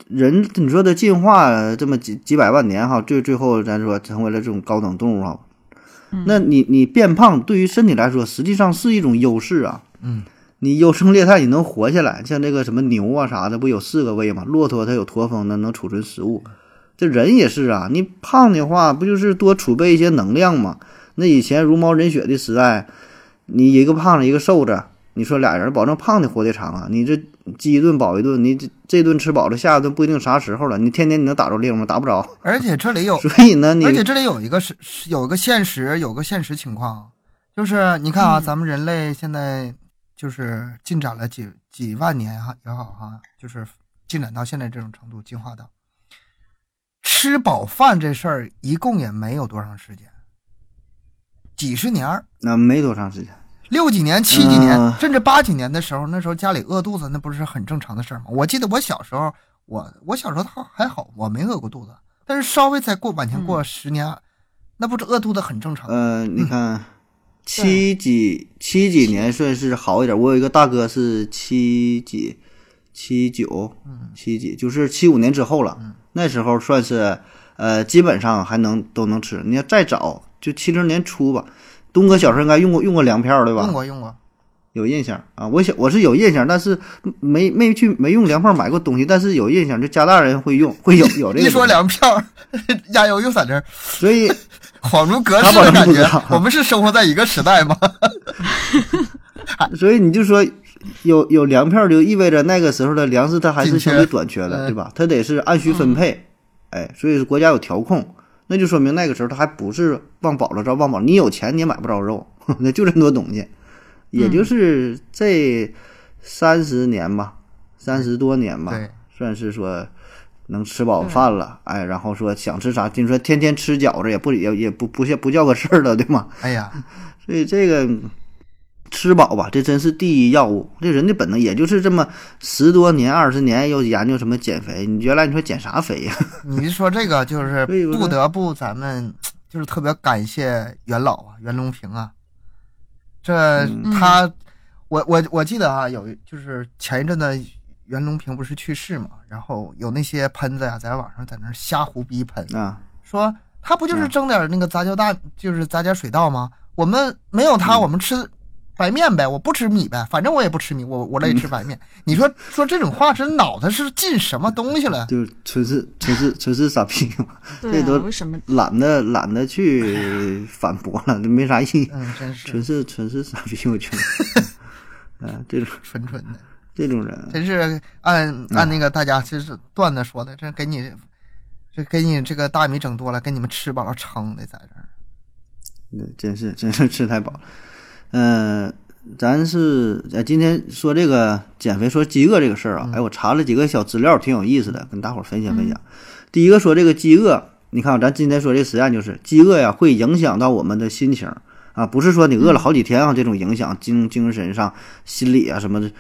S1: 人你说的进化这么几几百万年哈，最最后咱说成为了这种高等动物哈，
S3: 嗯
S1: 那你你变胖对于身体来说实际上是一种优势啊。
S2: 嗯，
S1: 你优胜劣汰，你能活下来。像这个什么牛啊啥的，不有四个胃吗？骆驼它有驼峰，能能储存食物。这人也是啊，你胖的话，不就是多储备一些能量吗？那以前茹毛饮血的时代，你一个胖子一个瘦子，你说俩人保证胖的活得长啊？你这饥一顿饱一顿，你这这顿吃饱了，下一顿不一定啥时候了。你天天你能打着猎吗？打不着。
S2: 而且这里有
S1: 所以呢，你
S2: 哦而且这里有一个是是有一个现实，有个现实情况，就是你看啊，
S3: 嗯
S2: 咱们人类现在就是进展了几几万年哈也好哈，就是进展到现在这种程度，进化到吃饱饭这事儿，一共也没有多长时间，几十年儿，
S1: 那啊没多长时间。
S2: 六几年、七几年，
S1: 嗯
S2: 甚至八几年的时候，那时候家里饿肚子，那不是很正常的事儿吗？我记得我小时候，我我小时候还还好，我没饿过肚子，但是稍微再过往前
S1: 嗯
S2: 过十年，那不是饿肚子很正常。
S1: 呃，你看，七
S3: 对
S1: 几七几年算是好一点。我有一个大哥是七几，七九，
S2: 嗯
S1: 七几，就是七五年之后了。那时候算是呃，基本上还能都能吃。你要再早，就七零年初吧。东哥小时候应该用过用过粮票嗯对吧？哦
S2: 用过用过，
S1: 有印象啊，我小我是有印象，但是没没去没用粮票买过东西，但是有印象，就家大人会用，会有有 这
S2: 一
S1: 个
S2: 说
S1: 东西，
S2: 粮票，加油又在这儿
S1: 所以
S2: 恍如隔世
S1: 他保
S2: 的
S1: 证
S2: 感
S1: 不知
S2: 觉
S1: 道。
S2: 我们是生活在一个时代 吗？
S1: 所以你就说有有粮票，就意味着那个时候的粮食它还是
S2: 紧缺
S1: 相对短缺的，
S2: 嗯
S1: 对吧？它得是按需分配，哎，所以说国家有调控，那就说明那个时候它还不是忘饱了着忘饱，你有钱你也买不着肉， 那就这么多东西，也就是这三十年吧，三十多年吧，
S2: 对，嗯
S1: 算是说能吃饱饭了，哎，然后说想吃啥，你说天天吃饺子也不也也不不叫不叫个事儿了，对吗？
S2: 哎呀，
S1: 所以这个嗯吃饱吧，这真是第一要务。这人的本能也就是这么十多年、二十年，又研究什么减肥。你原来你说减啥肥呀、
S2: 你一说这个就是
S1: 所以我说
S2: 不得不咱们就是特别感谢袁老啊，袁隆平啊，这他，我我我记得啊，有一就是前一阵子袁隆平不是去世嘛，然后有那些喷子呀、啊在网上在那儿瞎胡逼喷，
S1: 啊？
S2: 说他不就是挣点那个杂交大，就是杂交水稻吗？我们没有他，我们吃白面呗，我不吃米呗，反正我也不吃米，我我乐意吃白面。你说说这种话，这脑袋是进什么东 西了？
S1: 就是纯是纯是纯是傻逼嘛，这
S3: 对啊，
S1: 都
S3: 为什么？
S1: 懒得懒得去反驳了，没啥意义，
S2: 嗯，真是
S1: 纯是纯是傻逼，我觉得。 啊，这种
S2: 纯纯的，
S1: 这种人，啊
S2: 真是按按那个大家就是段子说的，这给你这给你这个大米整多了，给你们吃饱了撑的，在这儿。
S1: 嗯真是真是吃太饱了。嗯、咱是呃，今天说这个减肥，说饥饿这个事儿啊，哎，我查了几个小资料，挺有意思的，跟大伙儿分享分享。第一个说这个饥饿，你看啊咱今天说这实验就是饥饿呀，会影响到我们的心情啊，不是说你饿了好几天啊，这种影响精精神上、心理啊什么的，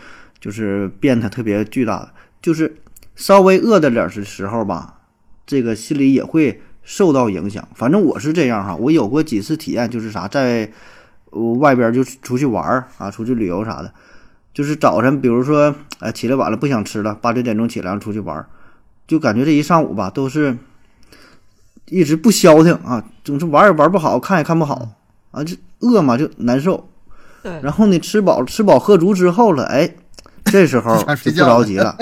S1: 就是变得特别巨大的，就是稍微饿的点儿的时候吧，这个心理也会受到影响。反正我是这样哈，我有过几次体验，就是啥在。我外边就出去玩儿啊，出去旅游啥的，就是早晨，比如说，哎，起来晚了不想吃了，八九点钟起来然后出去玩儿，就感觉这一上午吧都是一直不消停啊，总是玩也玩不好，看也看不好啊，这饿嘛就难受。
S3: 对，
S1: 然后你吃饱吃饱喝足之后了，哎，这时候
S2: 想
S1: 就
S2: 睡
S1: 不
S2: 觉了
S1: 着急了，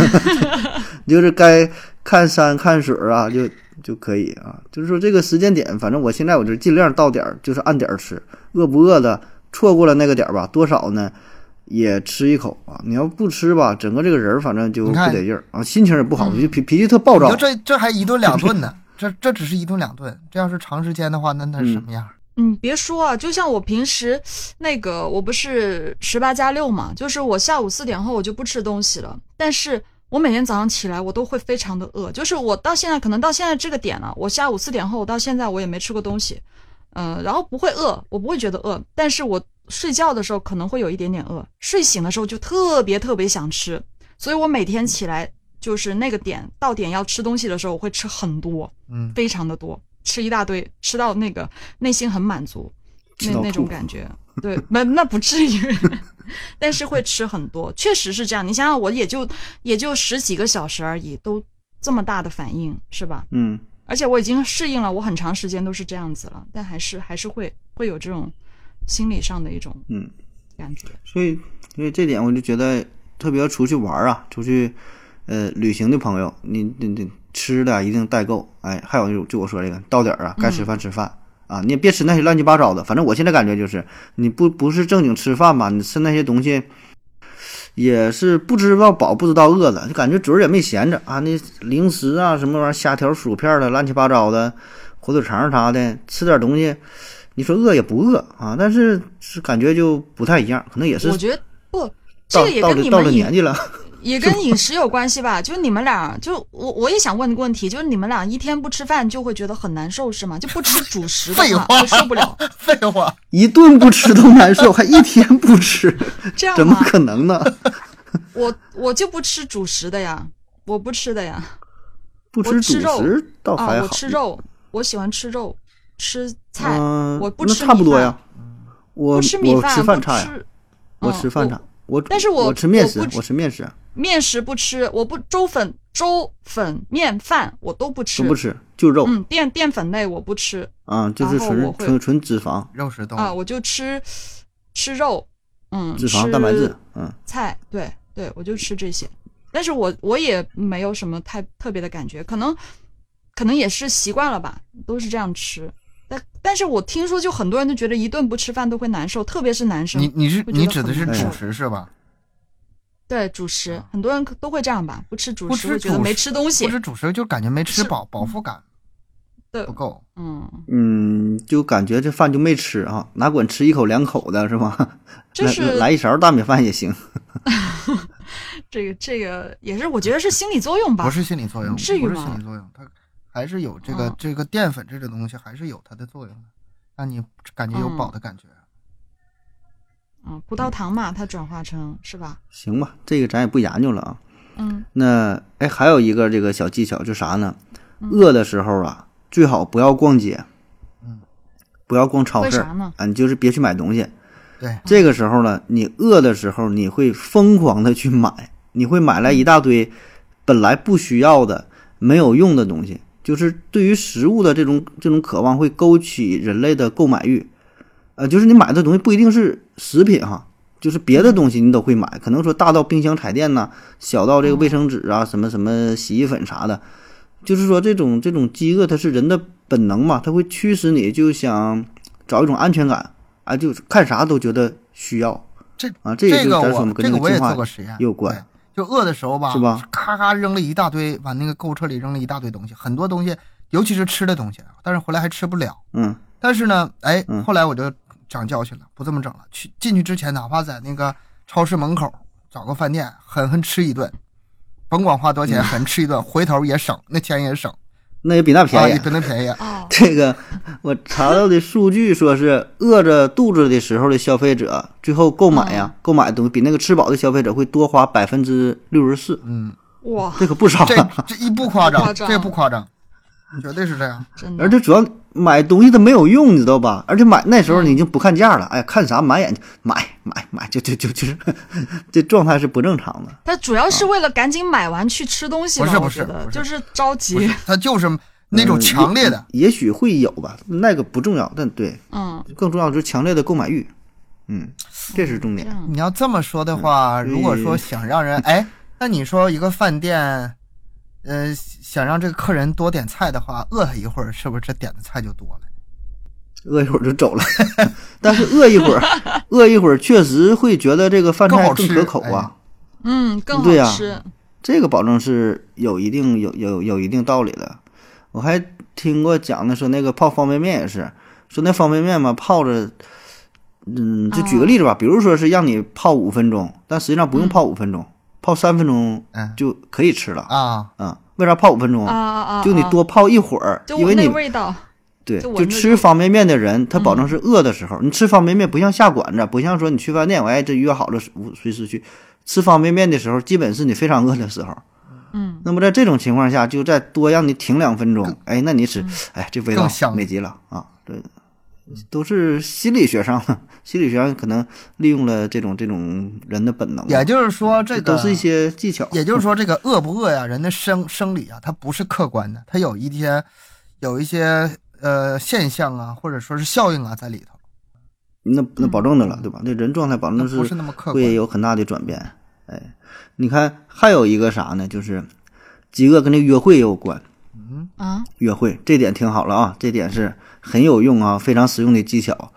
S1: 就是该看山看水啊，就就可以啊。就是说这个时间点，反正我现在我就尽量到点儿，就是按点儿吃，饿不饿的，错过了那个点儿吧，多少呢也吃一口啊。你要不吃吧，整个这个人儿反正就
S2: 你
S1: 不
S2: 看嗯
S1: 得劲儿啊，心情也不好，就脾脾气特暴
S2: 你
S1: 躁
S2: 就。这这还一顿两顿 呢，这这只是一顿两顿，这要是长时间的话，那那是什么样？
S3: 嗯，别说啊，就像我平时那个，我不是十八加六嘛，就是我下午四点后我就不吃东西了，但是我每天早上起来我都会非常的饿，就是我到现在可能到现在这个点了、我下午四点后我到现在我也没吃过东西，嗯、然后不会饿，我不会觉得饿，但是我睡觉的时候可能会有一点点饿，睡醒的时候就特别特别想吃，所以我每天起来就是那个点到点要吃东西的时候，我会吃很多，
S2: 嗯，
S3: 非常的多，吃一大堆，吃到那个内心很满足，
S1: 吃
S3: 那
S1: 到
S3: 那
S1: 吐
S3: 种感觉， 对，没那不至于， 但是会吃很多，确实是这样。你想想，我也就也就十几个小时而已，都这么大的反应是吧？
S1: 嗯，
S3: 而且我已经适应了，我很长时间都是这样子了，但还是还是会会有这种心理上的一种
S1: 嗯
S3: 感觉，
S1: 所以所以这点我就觉得，特别要出去玩儿啊，出去呃旅行的朋友，你你你吃的啊一定带够。哎，还有就就我说这个到点儿啊，该
S3: 嗯
S1: 吃饭吃饭。啊，你也别吃那些乱七八糟的，反正我现在感觉就是，你不不是正经吃饭吧，你吃那些东西，也是不知道饱，不知道饿的，就感觉嘴儿也没闲着啊。那零食啊，什么玩意儿，虾条、薯片儿的，乱七八糟的，火腿肠儿啥的，吃点东西，你说饿也不饿啊，但是是感觉就不太一样，可能也是
S3: 我觉得不，这
S1: 到
S3: 个也
S1: 到
S3: 跟
S1: 了
S3: 你
S1: 到了
S3: 们
S1: 年纪了，
S3: 也跟饮食有关系吧？就你们俩，就我我也想问个问题，就是你们俩一天不吃饭就会觉得很难受是吗？就不吃主食的
S2: 废
S3: 话
S2: 话
S3: 会受不 了，
S2: 废话，
S1: 一顿不吃都难受，还一天不 吃，
S3: 这样
S1: 怎么
S3: 吗？
S1: 可能呢？
S3: 我我就不吃主食的呀，我不吃的呀。
S1: 不
S3: 我
S1: 吃主
S3: 吃肉
S1: 食倒
S3: 啊
S1: 哦还，好，
S3: 我吃肉，我喜欢吃肉，吃菜，
S1: 嗯、
S3: 我不
S1: 那
S3: 吃
S1: 差不
S3: 米
S1: 多
S3: 饭
S1: 呀。我
S3: 不吃米
S1: 我
S3: 饭，
S1: 吃
S3: 不
S1: 饭差呀，
S3: 吃
S1: 我
S3: 嗯
S1: 吃饭
S3: 我
S1: 差，我
S3: 但是我
S1: 我吃面
S3: 我
S1: 食
S3: 不，吃
S1: 我吃面食
S3: 面食不吃，我不粥粉、粥粉、面饭我都不吃，
S1: 都不吃，就肉
S3: 嗯，淀淀粉类我不吃
S1: 啊，就
S3: 然
S1: 是
S3: 后我
S1: 纯
S3: 会
S1: 纯纯脂肪，
S2: 肉食动
S3: 啊，
S2: 物，
S3: 我就吃吃肉，嗯，
S1: 哦脂肪
S3: 吃
S1: 蛋白质，嗯。
S3: 菜，对对，我就吃这些。但是我我也没有什么太特别的感觉，可能可能也是习惯了吧，都是这样吃。但但是我听说，就很多人都觉得一顿不吃饭都会难受，特别是男生。
S2: 你你是
S3: 会觉得
S2: 你指的是
S3: 很难
S2: 主
S3: 受
S2: 食是吧？
S3: 对主食，很多人可都会这样吧，不吃主
S2: 不
S3: 食会
S2: 吃
S3: 觉得
S2: 主
S3: 没
S2: 食，
S3: 吃 东西
S2: 不。吃主食就感觉没吃
S3: 是
S2: 饱，饱腹感
S3: 对
S2: 不，够。
S3: 嗯，
S1: 嗯，就感觉这饭就没吃啊，哪管吃一口两口的是吧？
S3: 就
S1: 来
S3: 是
S1: 来一勺大米饭也行。
S3: 这个这个也是，我觉得是心理作用吧。
S2: 不是心理作用，
S3: 嗯至于
S2: 不是
S3: 吗
S2: 心理作用，它还是有这个、
S3: 嗯
S2: 这个淀粉这个东西还是有它的作用的，让你感觉有饱的感觉。
S3: 嗯，葡萄糖嘛，它转化成是吧？
S1: 行吧，这个咱也不研究了啊。
S3: 嗯，
S1: 那哎，还有一个这个小技巧，就啥呢？饿的时候啊，最好不要逛街，
S2: 嗯，
S1: 不要逛超
S3: 为
S1: 市
S3: 啥呢
S1: 啊，你就是别去买东西。
S2: 对，
S1: 这个时候呢，你饿的时候，你会疯狂的去买，你会买来一大堆本来不需要的、没有用的东西。就是对于食物的这种这种渴望，会勾起人类的购买欲。呃，就是你买的东西不一定是食品哈，就是别的东西你都会买，可能说大到冰箱、彩电呐、小到这
S2: 嗯
S1: 个卫生纸啊、什么什么洗衣粉啥的，就是说这种这种饥饿，它是人的本能嘛，它会驱使你就想找一种安全感啊，就是看啥都觉得需要
S2: 这
S1: 啊，这也
S2: 这
S1: 就
S2: 个
S1: 是咱说
S2: 我
S1: 嘛，跟
S2: 这
S1: 那
S2: 个我也
S1: 进
S2: 做
S1: 化
S2: 过实验，
S1: 有关
S2: 对。就饿的时候吧，
S1: 是吧？
S2: 咔咔扔了一大堆，往那个购物车里扔了一大堆东西，很多东西，尤其是吃的东西，啊但是回来还吃不了。
S1: 嗯
S2: 但是呢，哎
S1: 嗯，
S2: 后来我就长教训了，不这么整了。去进去之前，哪怕在那个超市门口找个饭店，狠狠吃一顿，甭管花多少钱，
S1: 嗯
S2: 狠吃一顿，回头也省，那钱也省，
S1: 那也比那
S2: 啊，
S1: 便宜
S2: 也。真的 便宜。
S3: 哦，
S1: 这个我查到的数据说是饿着肚子的时候的消费者，最后购买呀、
S2: 嗯
S1: 购买的东西比那个吃饱的消费者会多花百分之六十四，
S2: 嗯，
S3: 哇，
S1: 这可不少啊
S2: 这
S1: 了。
S2: 这一不夸
S3: 不夸
S2: 张，
S3: 张
S2: 这不夸张，绝对是这样。
S3: 真的
S1: 而。且主要买东西它没有用，你知道吧？而且买那时候你已经不看价了，哎，看啥满眼睛买买买，就就就就是 这状态是不正常的。
S3: 他主要是为了赶紧买完去吃东西吧，
S2: 不是
S3: 我
S2: 不
S3: 觉
S2: 是
S3: 得
S2: 不是
S3: 就是着急，
S2: 他就是那种
S1: 嗯
S2: 强烈的，
S1: 也也许会有吧，那个不重要，但对，
S3: 嗯，
S1: 更重要就是强烈的购买欲，嗯，这是重
S3: 这
S1: 点。
S3: 样
S2: 你要这么说的话，
S1: 嗯
S2: 如果说想让人哎，那你说一个饭店，呃，想让这个客人多点菜的话，饿他一会儿，是不是这点的菜就多了？
S1: 饿一会儿就走了。但是饿一会儿，饿一会儿确实会觉得这个饭菜更可口
S2: 更好吃哎
S1: 啊，
S3: 嗯，更
S1: 对呀
S3: 好吃。
S1: 这个保证是有一定有有有一定道理的。我还听过讲的说，那个泡方便面也是，说那方便面嘛泡着，嗯，
S3: 啊
S1: 就举个例子吧，比如说是让你泡五分钟，但实际上不
S3: 嗯
S1: 用泡五分钟，泡三分钟
S2: 嗯
S1: 就可以吃了。
S2: 啊，
S1: 嗯，为啥泡五分钟
S3: 啊啊啊！
S1: 就你
S3: 啊，
S1: 多泡一会儿，
S3: 就
S1: 因为
S3: 那
S1: 你
S3: 味道，
S1: 对，
S3: 就嗯
S1: 就
S3: 闻着
S1: 吃
S3: 就
S1: 方便面的人，他保证是饿的时候。你吃方便面不像下馆子，不像说你去饭店，我哎这约好了无随时去。吃方便面的时候，基本是你非常饿的时候。
S3: 嗯，
S1: 那么在这种情况下，就再多让你停两分钟，哎，那你吃，哎，这味道
S2: 嗯更香
S1: 美极了啊！这都是心理学上的，心理学上可能利用了这种这种人的本能，啊
S2: 也就是说这
S1: 这
S2: 个
S1: 嗯都是一些技巧。
S2: 也就是说，这个饿不饿呀，人的生生理啊，它不是客观的，它有一些有一些呃现象啊，或者说是效应啊在里头，
S1: 那那保证的了，对吧？这人状态保
S2: 它
S1: 证
S2: 不嗯是那么客观
S1: 会。有很大的转变。哎，你看还有一个啥呢？就是饥饿跟这约会也有关。
S3: 啊，
S1: 约会这点挺好了啊，这点是很有用啊，非常实用的技巧。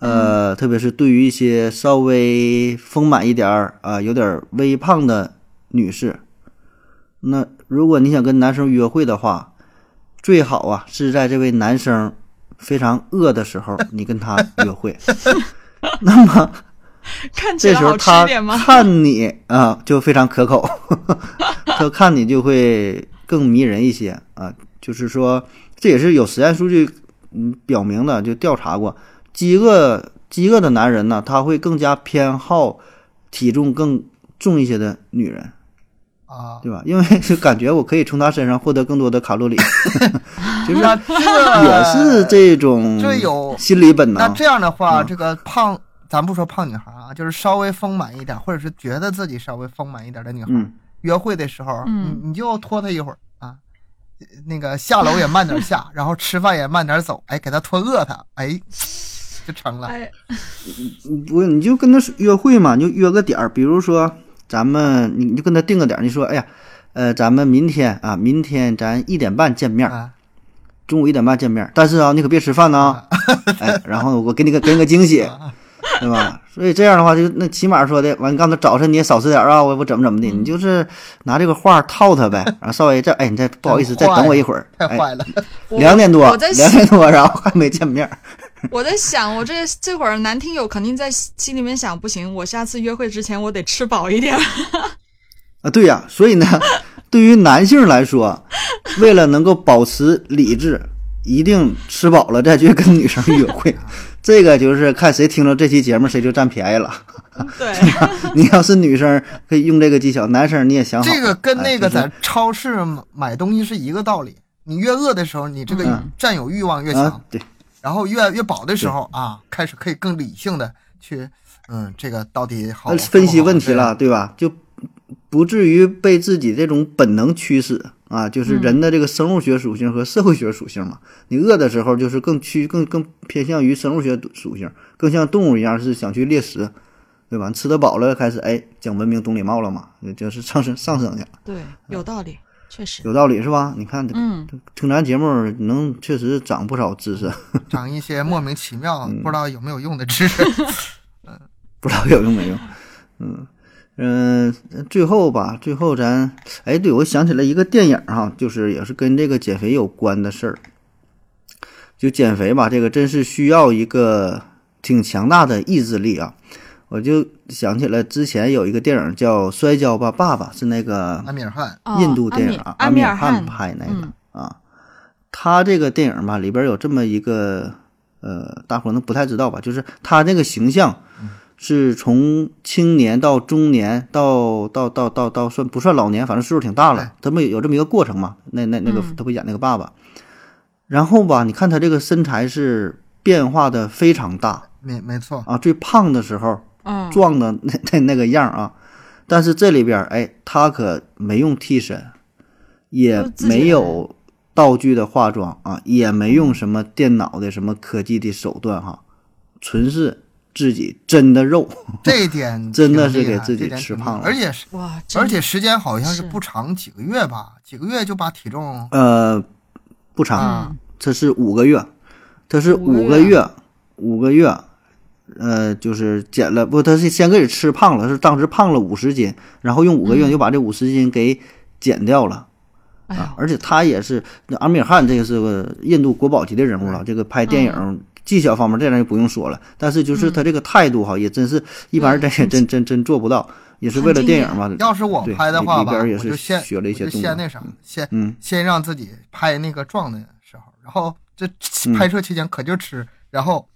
S1: 呃，特别是对于一些稍微丰满一点儿啊、有点儿微胖的女士，那如果你想跟男生约会的话，最好啊是在这位男生非常饿的时候，你跟他约会。那么
S3: 看起
S1: 这
S3: 来
S1: 时候
S3: 好吃
S1: 他
S3: 一点吗？
S1: 看你啊，就非常可口， 他看你就会更迷人一些啊。就是说，这也是有实验数据嗯表明的，就调查过，饥饿饥饿的男人呢，他会更加偏好体重更重一些的女人，
S2: 啊，
S1: 对吧？因为就感觉我可以从她身上获得更多的卡 路里，就是
S2: 那这个
S1: 也是这种
S2: 这有
S1: 心理本
S2: 那
S1: 能
S2: 这。样的话，
S1: 嗯
S2: 这个胖，咱不说胖女孩啊，就是稍微丰满一点，或者是觉得自己稍微丰满一点的女孩，
S1: 嗯，
S2: 约会的时候，
S3: 嗯
S2: 你你就拖她一会儿啊，那个下楼也慢点 下，然后吃饭也慢点走，哎，给她拖饿她，哎，就成了。
S3: 哎，
S1: 不，你就跟他约会嘛，你就约个点儿，比如说咱们，你你就跟他定个点儿，你说，哎呀，呃，咱们明天啊，明天咱一点半见面儿，
S2: 啊，
S1: 中午一点半见面儿，但是啊，你可别吃饭呐、哎，然后我给你个给你个惊喜，
S2: 啊
S1: 对 吧？所以这样的话，就那起码说的，完，刚才早晨你也少吃点儿啊，我我怎么怎么的，你就是拿这个话套他呗，然后稍微再，哎，你再不好意思，再等我一会儿，
S2: 太
S1: 哎，
S2: 坏了，
S3: 我
S1: 两点多，
S3: 我在
S1: 两点多，然后还没见面儿，
S3: 我在想，我这这会儿男听友肯定在心里面想，不行，我下次约会之前我得吃 饱一点。
S1: 啊，对呀、所以呢， 对于男性来说，为了能够保持理智，一定吃饱了再去跟女生约 会，这个就是看谁听了这期节目谁就占便宜了。
S3: 对，
S1: 你要是女生可以用这个技巧，男生你也想好了。
S2: 这个跟
S1: 哎
S2: 那个
S1: 就
S2: 在
S1: 是
S2: 超市买买东西是一个道理。你越饿的时候，你这个
S1: 嗯
S2: 占有欲望越强
S1: 啊，，对，
S2: 然后越越饱的时候啊，开始可以更理性的去，嗯，这个到底好
S1: 呃
S2: 好
S1: 分析
S2: 不好
S1: 问题
S2: 对啊
S1: 了，对吧？就不至于被自己这种本能驱使啊，就是人的这个生物学属性和社会学属性嘛。你饿的时候，就是更趋更更偏向于生物学属性，更像动物一样是想去猎食，对吧？吃得饱了，开始哎讲文明懂礼貌了嘛，就就是上升上升去了，
S3: 对，有道理，确实。
S1: 有道理是吧？你看，
S3: 嗯，
S1: 听咱节目能确实长不少知识，
S2: 长一些莫名其妙、
S1: 嗯
S2: 不知道有没有用的知识。
S1: 不知道有用没用。嗯嗯、呃最后吧，最后咱哎，对我想起来一个电影哈，就是也是跟这个减肥有关的事儿。就减肥吧，这个真是需要一个挺强大的意志力啊。我就想起来之前有一个电影叫《摔跤吧，爸爸》，是那个
S2: 安米尔汗
S3: 哦
S1: 印度电影啊，
S3: 阿
S1: 阿
S3: 米
S1: 米
S3: 尔
S1: 尔
S3: 汗
S1: 汗拍那
S3: 嗯
S1: 个啊，他这个电影吧，里边有这么一个呃，大伙儿可能不太知道吧，就是他这个形象
S3: 嗯
S1: 是从青年到中年到到到到到算不算老年，反正岁数挺大
S2: 对
S1: 了，他们有这么一个过程嘛。那那那个
S3: 哎嗯
S1: 他不演那个爸爸，然后吧，你看他这个身材是变化的非常大
S2: 没没错，
S1: 啊，最胖的时候
S3: 嗯，
S1: 壮的那那那个样儿啊。但是这里边儿，哎，他可没用替身，也
S3: 就自己
S1: 没
S3: 人
S1: 有道具的化
S3: 嗯
S1: 妆啊，也没用什么电脑的什么科技的手段哈、纯是自己真的肉，
S2: 这一 点
S1: 真的
S2: 挺
S1: 是
S2: 厉害
S1: 给自己
S2: 这点
S1: 吃
S2: 挺
S1: 胖
S2: 厉害
S1: 了
S2: 而且是
S3: 哇，真
S2: 而且时间好像是
S3: 是
S2: 不长，几个月吧，几个月就把体重
S1: 呃，不长，
S2: 啊，
S1: 这是五个月，这是
S3: 嗯五个啊
S1: 五个月，五个月，呃，就是减了不，他是先给你吃胖了，是当时胖了五十斤，然后用五个
S3: 嗯
S1: 月就把这五十斤给减掉了。
S3: 哎
S1: 啊，
S3: 呦，
S1: 而且他也是那阿米尔汗，这个是个印度国宝级的人
S2: 嗯
S1: 物了。这个拍电影技巧方面，这咱就不用说了。但是
S2: 嗯
S1: 就是他这个态度哈，也真是一般人真
S3: 对很
S1: 真 真真做不到。也是为了电影嘛，
S2: 要是我
S1: 对
S2: 拍的
S1: 里
S2: 话
S1: 里
S2: 吧，
S1: 边
S2: 我
S1: 也
S2: 就是先
S1: 学了一些
S2: 我就
S1: 动
S2: 先
S1: 作。
S2: 那啥，先
S1: 嗯，
S2: 先让自己拍那个壮的时候，然后这
S1: 嗯
S2: 拍摄期间可劲儿吃，然后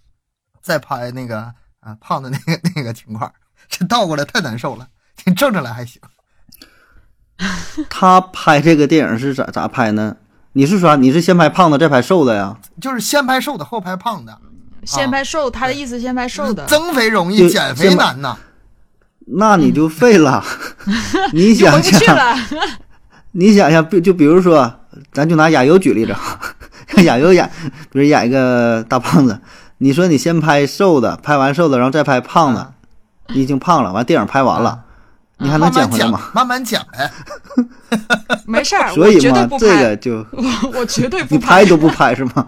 S2: 再拍那个啊胖的那个那个情况，这倒过来太难受了。这正着来还行，
S1: 他拍这个电影是咋咋拍呢？你是啥？你是先拍胖的，再拍瘦的呀？
S2: 就是先拍瘦的，后拍胖的，
S3: 先拍瘦，他的意思先拍瘦的，
S2: 增肥容易，
S1: 就
S2: 减肥
S1: 先把
S2: 难呐。
S1: 那你就废了。
S2: 嗯
S1: 你
S3: 就回
S1: 想
S3: 不去
S1: 想，
S3: 了。
S1: 你想想，比就比如说，咱就拿亚优举例子 啊，亚优演，比如演一个大胖子，你说你先拍瘦的，拍完瘦的，然后再拍胖的
S3: 嗯
S2: 啊，
S1: 你已经胖了，完电影拍完了，你还能
S2: 慢
S1: 减
S2: 慢
S1: 回来
S2: 减
S1: 吗？，
S2: 慢慢减呗。
S3: 没事儿，
S1: 所
S3: 我
S1: 以
S3: 绝对
S1: 嘛
S3: 不，
S1: 这
S3: 拍
S1: 个， 就
S3: 我我绝对不
S1: 你拍都不拍是吗？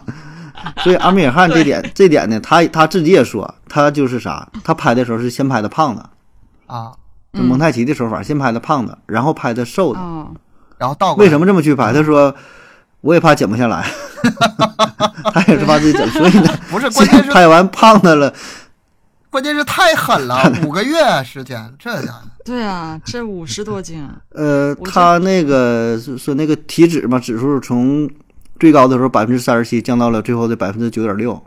S1: 所以阿米尔汗这点这点呢，他他自己也说，他就是啥，他拍的时候是先拍的胖的，
S2: 啊，
S1: 就蒙太奇的手法，先拍的胖的，然后拍的瘦的。
S3: 嗯，
S2: 然后倒过来
S1: 为什么这么去拍？他说我也怕减不下 来， 他也是怕自己减，所以呢，
S2: 不 是，关键
S1: 先
S2: 是
S1: 拍完胖的了，
S2: 关键是太 狠了，五个月时间，这家伙
S3: 对啊，这五十多斤啊，
S1: 呃，
S3: 我
S1: 他那个说说那个体脂嘛，指数从最高的时候百分之三十七降到了最后的百分之九点六。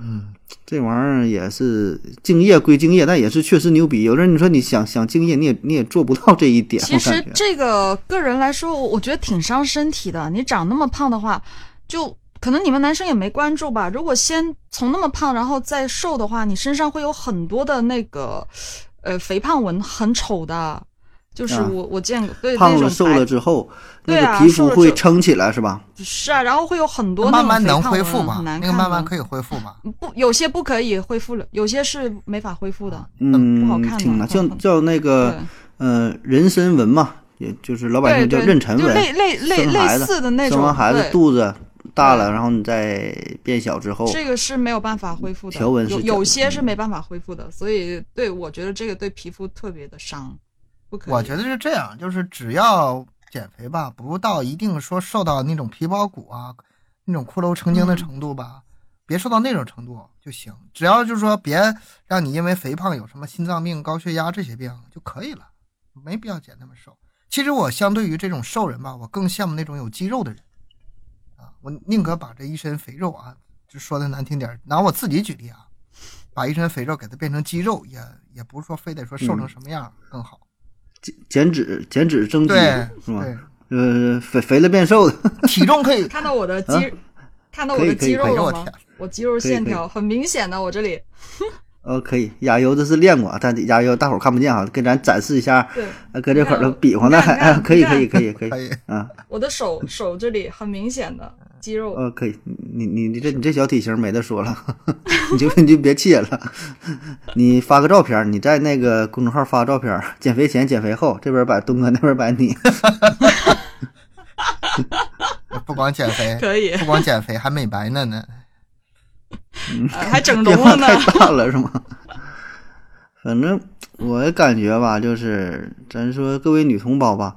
S2: 嗯，
S1: 这玩意儿也是敬业归敬业，但也是确实牛逼。有的人你说你想想敬业，你也 你也做不到这一点。
S3: 其
S1: 我感
S3: 实
S1: 觉
S3: 这个个人来说，我我觉得挺伤身体的。你长那么胖的话，就可能你们男生也没关注吧。如果先从那么胖，然后再瘦的话，你身上会有很多的那个呃肥胖纹，很丑的。就是
S1: 啊
S3: 我、我见过，对
S1: 胖
S3: 那
S1: 了
S3: 种
S1: 瘦
S3: 白
S1: 了之后，那
S3: 对啊
S1: 个皮肤
S3: 瘦了
S1: 会
S3: 之后
S1: 撑起来，是吧？
S3: 是啊，然后会有很多
S2: 慢
S3: 那种
S2: 慢
S3: 肥
S2: 能
S3: 胖
S2: 恢
S3: 纹
S2: 复吧
S3: 很？难
S2: 那个
S3: 看
S2: 慢慢
S3: 的
S2: 可以恢复吧？
S3: 不，有些不可以恢复了，有些是没法恢复的。不好
S1: 嗯
S3: 看，
S1: 挺
S3: 呢
S1: 难，
S3: 很
S1: 像叫那
S3: 对
S1: 个呃人参纹嘛，也就是老百
S3: 对
S1: 姓叫
S3: 对，
S1: 妊娠
S3: 就
S1: 纹。
S3: 类类类
S1: 生
S3: 类
S1: 孩子
S3: 似的那种。
S1: 生完孩子
S3: 对
S1: 肚子大了，
S3: 对
S1: 然后你再变小之后，
S3: 这个是没有办法恢复的，
S1: 条嗯纹是
S3: 有
S1: 假的
S3: 有些是没办法恢复的，所以对我觉得这个对皮肤特别的伤，不可以。，
S2: 我觉得是这样，就是只要减肥吧，不到一定说瘦到那种皮包骨啊、那种骷髅成精的程度吧，别瘦到那种程度就行。只要就是说别让你因为肥胖有什么心脏病、高血压这些病就可以了，没必要减那么瘦。其实我相对于这种瘦人吧，我更羡慕那种有肌肉的人啊，我宁可把这一身肥肉啊，就说的难听点儿，拿我自己举例啊，把一身肥肉给它变成肌肉，也也不是说非得说瘦成什么样儿更好。
S1: 减减脂减脂增肌
S2: 对
S1: 是吗？
S2: 对，
S1: 呃，肥肥了变瘦的，
S2: 体重可以
S3: 看到我的肌，
S1: 啊
S3: 看到我的
S1: 可以可以
S3: 肌肉
S2: 哎呦
S3: 了
S2: 我
S3: 吗
S2: 天？，
S3: 我肌肉
S1: 可以
S3: 线
S1: 可以
S3: 条很明显的，我这里
S1: 呃，可以。亚优这是练过，啊但亚优大伙儿看不见啊，给咱展示一下，
S3: 对
S1: 呃搁这块儿
S3: 你
S1: 都
S3: 看
S1: 比划呢，
S3: 你看
S1: 还
S3: 你看
S1: 可以
S3: 你看
S1: 可以可以可
S2: 可
S1: 以
S2: 以，
S1: 啊，
S3: 我的手手这里很明显的肌肉，
S1: 呃，可以。你你你这你这小体型没得说了， 你就你就别气人了。 你发个照片儿，你在那个公众号发照片儿，减肥前减肥后，这边摆东哥，那边摆你。
S2: 不光减 肥，
S3: 可以，
S2: 不光减肥还美白呢呢。
S3: 呃还整
S1: 变
S3: 容
S1: 化
S3: 了呢
S1: 嗯太。大了是吗？反正我感觉吧，就是咱说各位女同胞吧，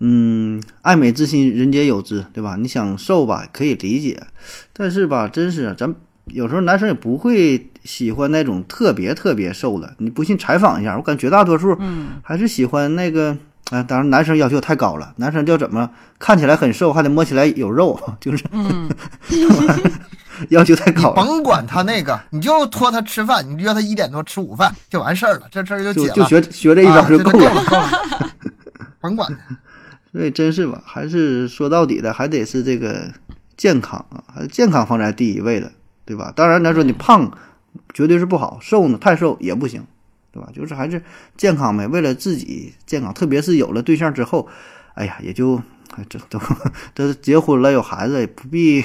S1: 嗯，爱美之心人皆有之，对吧？你想瘦吧，可以理解，但是吧，真是啊咱有时候男生也不会喜欢那种特别特别瘦的。你不信采访一下，我感觉绝大多数
S3: 嗯，
S1: 还是喜欢那个。啊，当然，男生要求太高了，男生就怎么看起来很瘦，还得摸起来有肉，就是
S3: 嗯，
S1: 要求太
S2: 你
S1: 高了，
S2: 甭管他那个，你就拖他吃饭，你约他一点多吃午饭就完事儿了，这事儿就
S1: 就
S2: 解
S1: 就
S2: 了。
S1: 学学这一招
S2: 啊
S1: 就
S2: 这
S1: 够了。
S2: 够了。甭管他，
S1: 所以真是吧，还是说到底的，还得是这个健康啊，还是健康放在第一位的，对吧？当然，咱说你胖绝对是不好，瘦呢太瘦也不行，对吧？就是还是健康呗，为了自己健康，特别是有了对象之后，哎呀，也就哎这 都都结婚了有孩子，也不必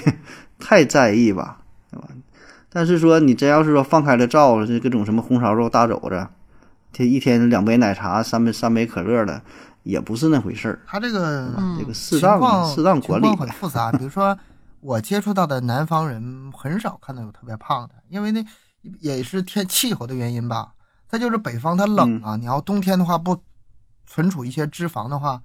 S1: 太在意吧，对吧？但是说你真要是说放开了照，这各种什么红烧肉、大肘子，这一天两杯奶茶、三杯三杯可乐的，也不是那回事儿。
S2: 他这个
S1: 这个适
S2: 嗯情
S1: 当
S2: 况
S1: 适当管理
S2: 情况很
S1: 呗，
S2: 复杂。比如说，我接触到的南方人很少看到有特别胖的，因为那也是天气候的原因吧。再就是北方它
S1: 嗯
S2: 冷啊，你要冬天的话不存储一些脂肪的话，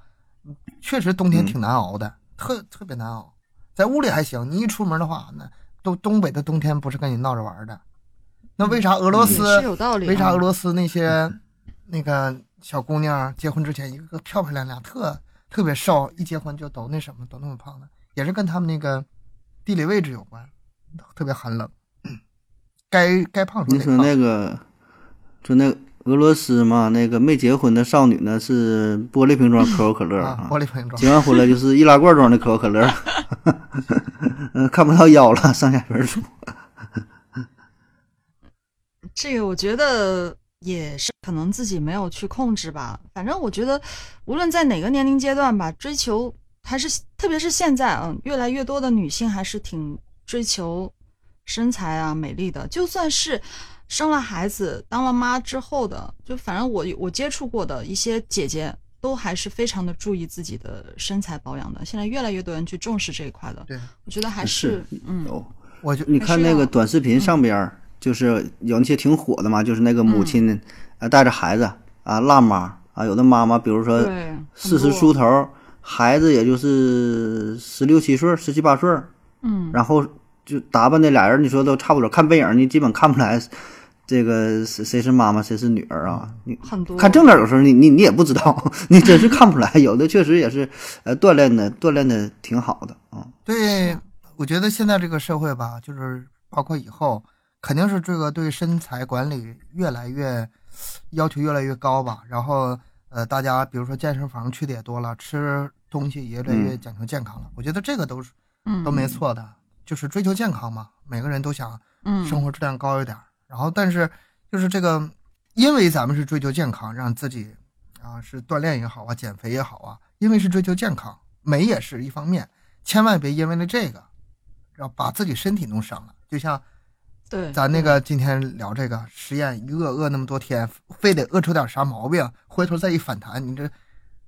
S2: 确实冬天
S1: 嗯
S2: 挺难熬的，特特别难熬。在屋里还行，你一出门的话，那东东北的冬天不是跟你闹着玩儿的。那为啥俄
S1: 嗯
S2: 罗斯、
S3: 也是有道理啊。
S2: 为啥俄罗斯那些那个小姑娘结婚之前一个个漂漂亮亮，特特别瘦，一结婚就都那什么，都那么胖的，也是跟他们那个地理位置有关，特别寒冷，嗯该该胖时
S1: 你
S2: 候
S1: 说
S2: 得胖。
S1: 那个，就那俄罗斯嘛，那个没结婚的少女呢是玻璃瓶装可口可乐
S2: 啊，玻璃瓶装
S1: 结完婚了就是易拉罐装的可口可 乐，嗯，看不到腰了，上下边儿 粗。
S3: 这个我觉得也是可能自己没有去控制吧。反正我觉得，无论在哪个年龄阶段吧，追求还是特别是现在，嗯，越来越多的女性还是挺追求身材啊、美丽的。就算是生了孩子、当了妈之后的，就反正我我接触过的一些姐姐。都还是非常的注意自己的身材保养的，现在越来越多人去重视这一块的。
S2: 对，
S3: 我觉得还嗯，
S1: 有，
S2: 我就
S1: 你看那
S2: 啊
S1: 个短视
S2: 嗯
S1: 频上边儿，就是有那些挺火的嘛，就是那个母
S2: 嗯
S1: 亲啊带着孩子啊，辣妈啊，有的妈妈比如说
S3: 对，很
S1: 四十
S3: 多
S1: 出头，孩子也就是十六七岁、十七八岁，
S3: 嗯，
S1: 然后就打扮的俩人，你说都差不多，看背影你基本看不出来这个谁谁是妈妈，谁是女儿啊。你
S3: 很
S2: 嗯
S3: 多
S1: 看正脸有时候你你你也不知道， 你真是看不出来。有的确实也是，呃，锻炼的锻炼的挺好的啊。
S2: 对，我觉得现在这个社会吧，就是包括以后，肯定是这个对身材管理越来越要求越来越高吧。然后呃，大家比如说健身房去的也多了，吃东西也越来越讲究健康了。我觉得这个都是
S3: 嗯
S2: 都没错的，就是追求健康嘛，每个人都想
S3: 嗯
S2: 生活质量高一点儿。然后，但是就是这个，因为咱们是追求健康，让自己啊是锻炼也好啊，减肥也好啊，因为是追求健康，美也是一方面，千万别因为了这个，然后把自己身体弄伤了。就像
S3: 对
S2: 咱那个今天聊这个实验，一饿饿那么多天，非得饿出点啥毛病，回头再一反弹，你这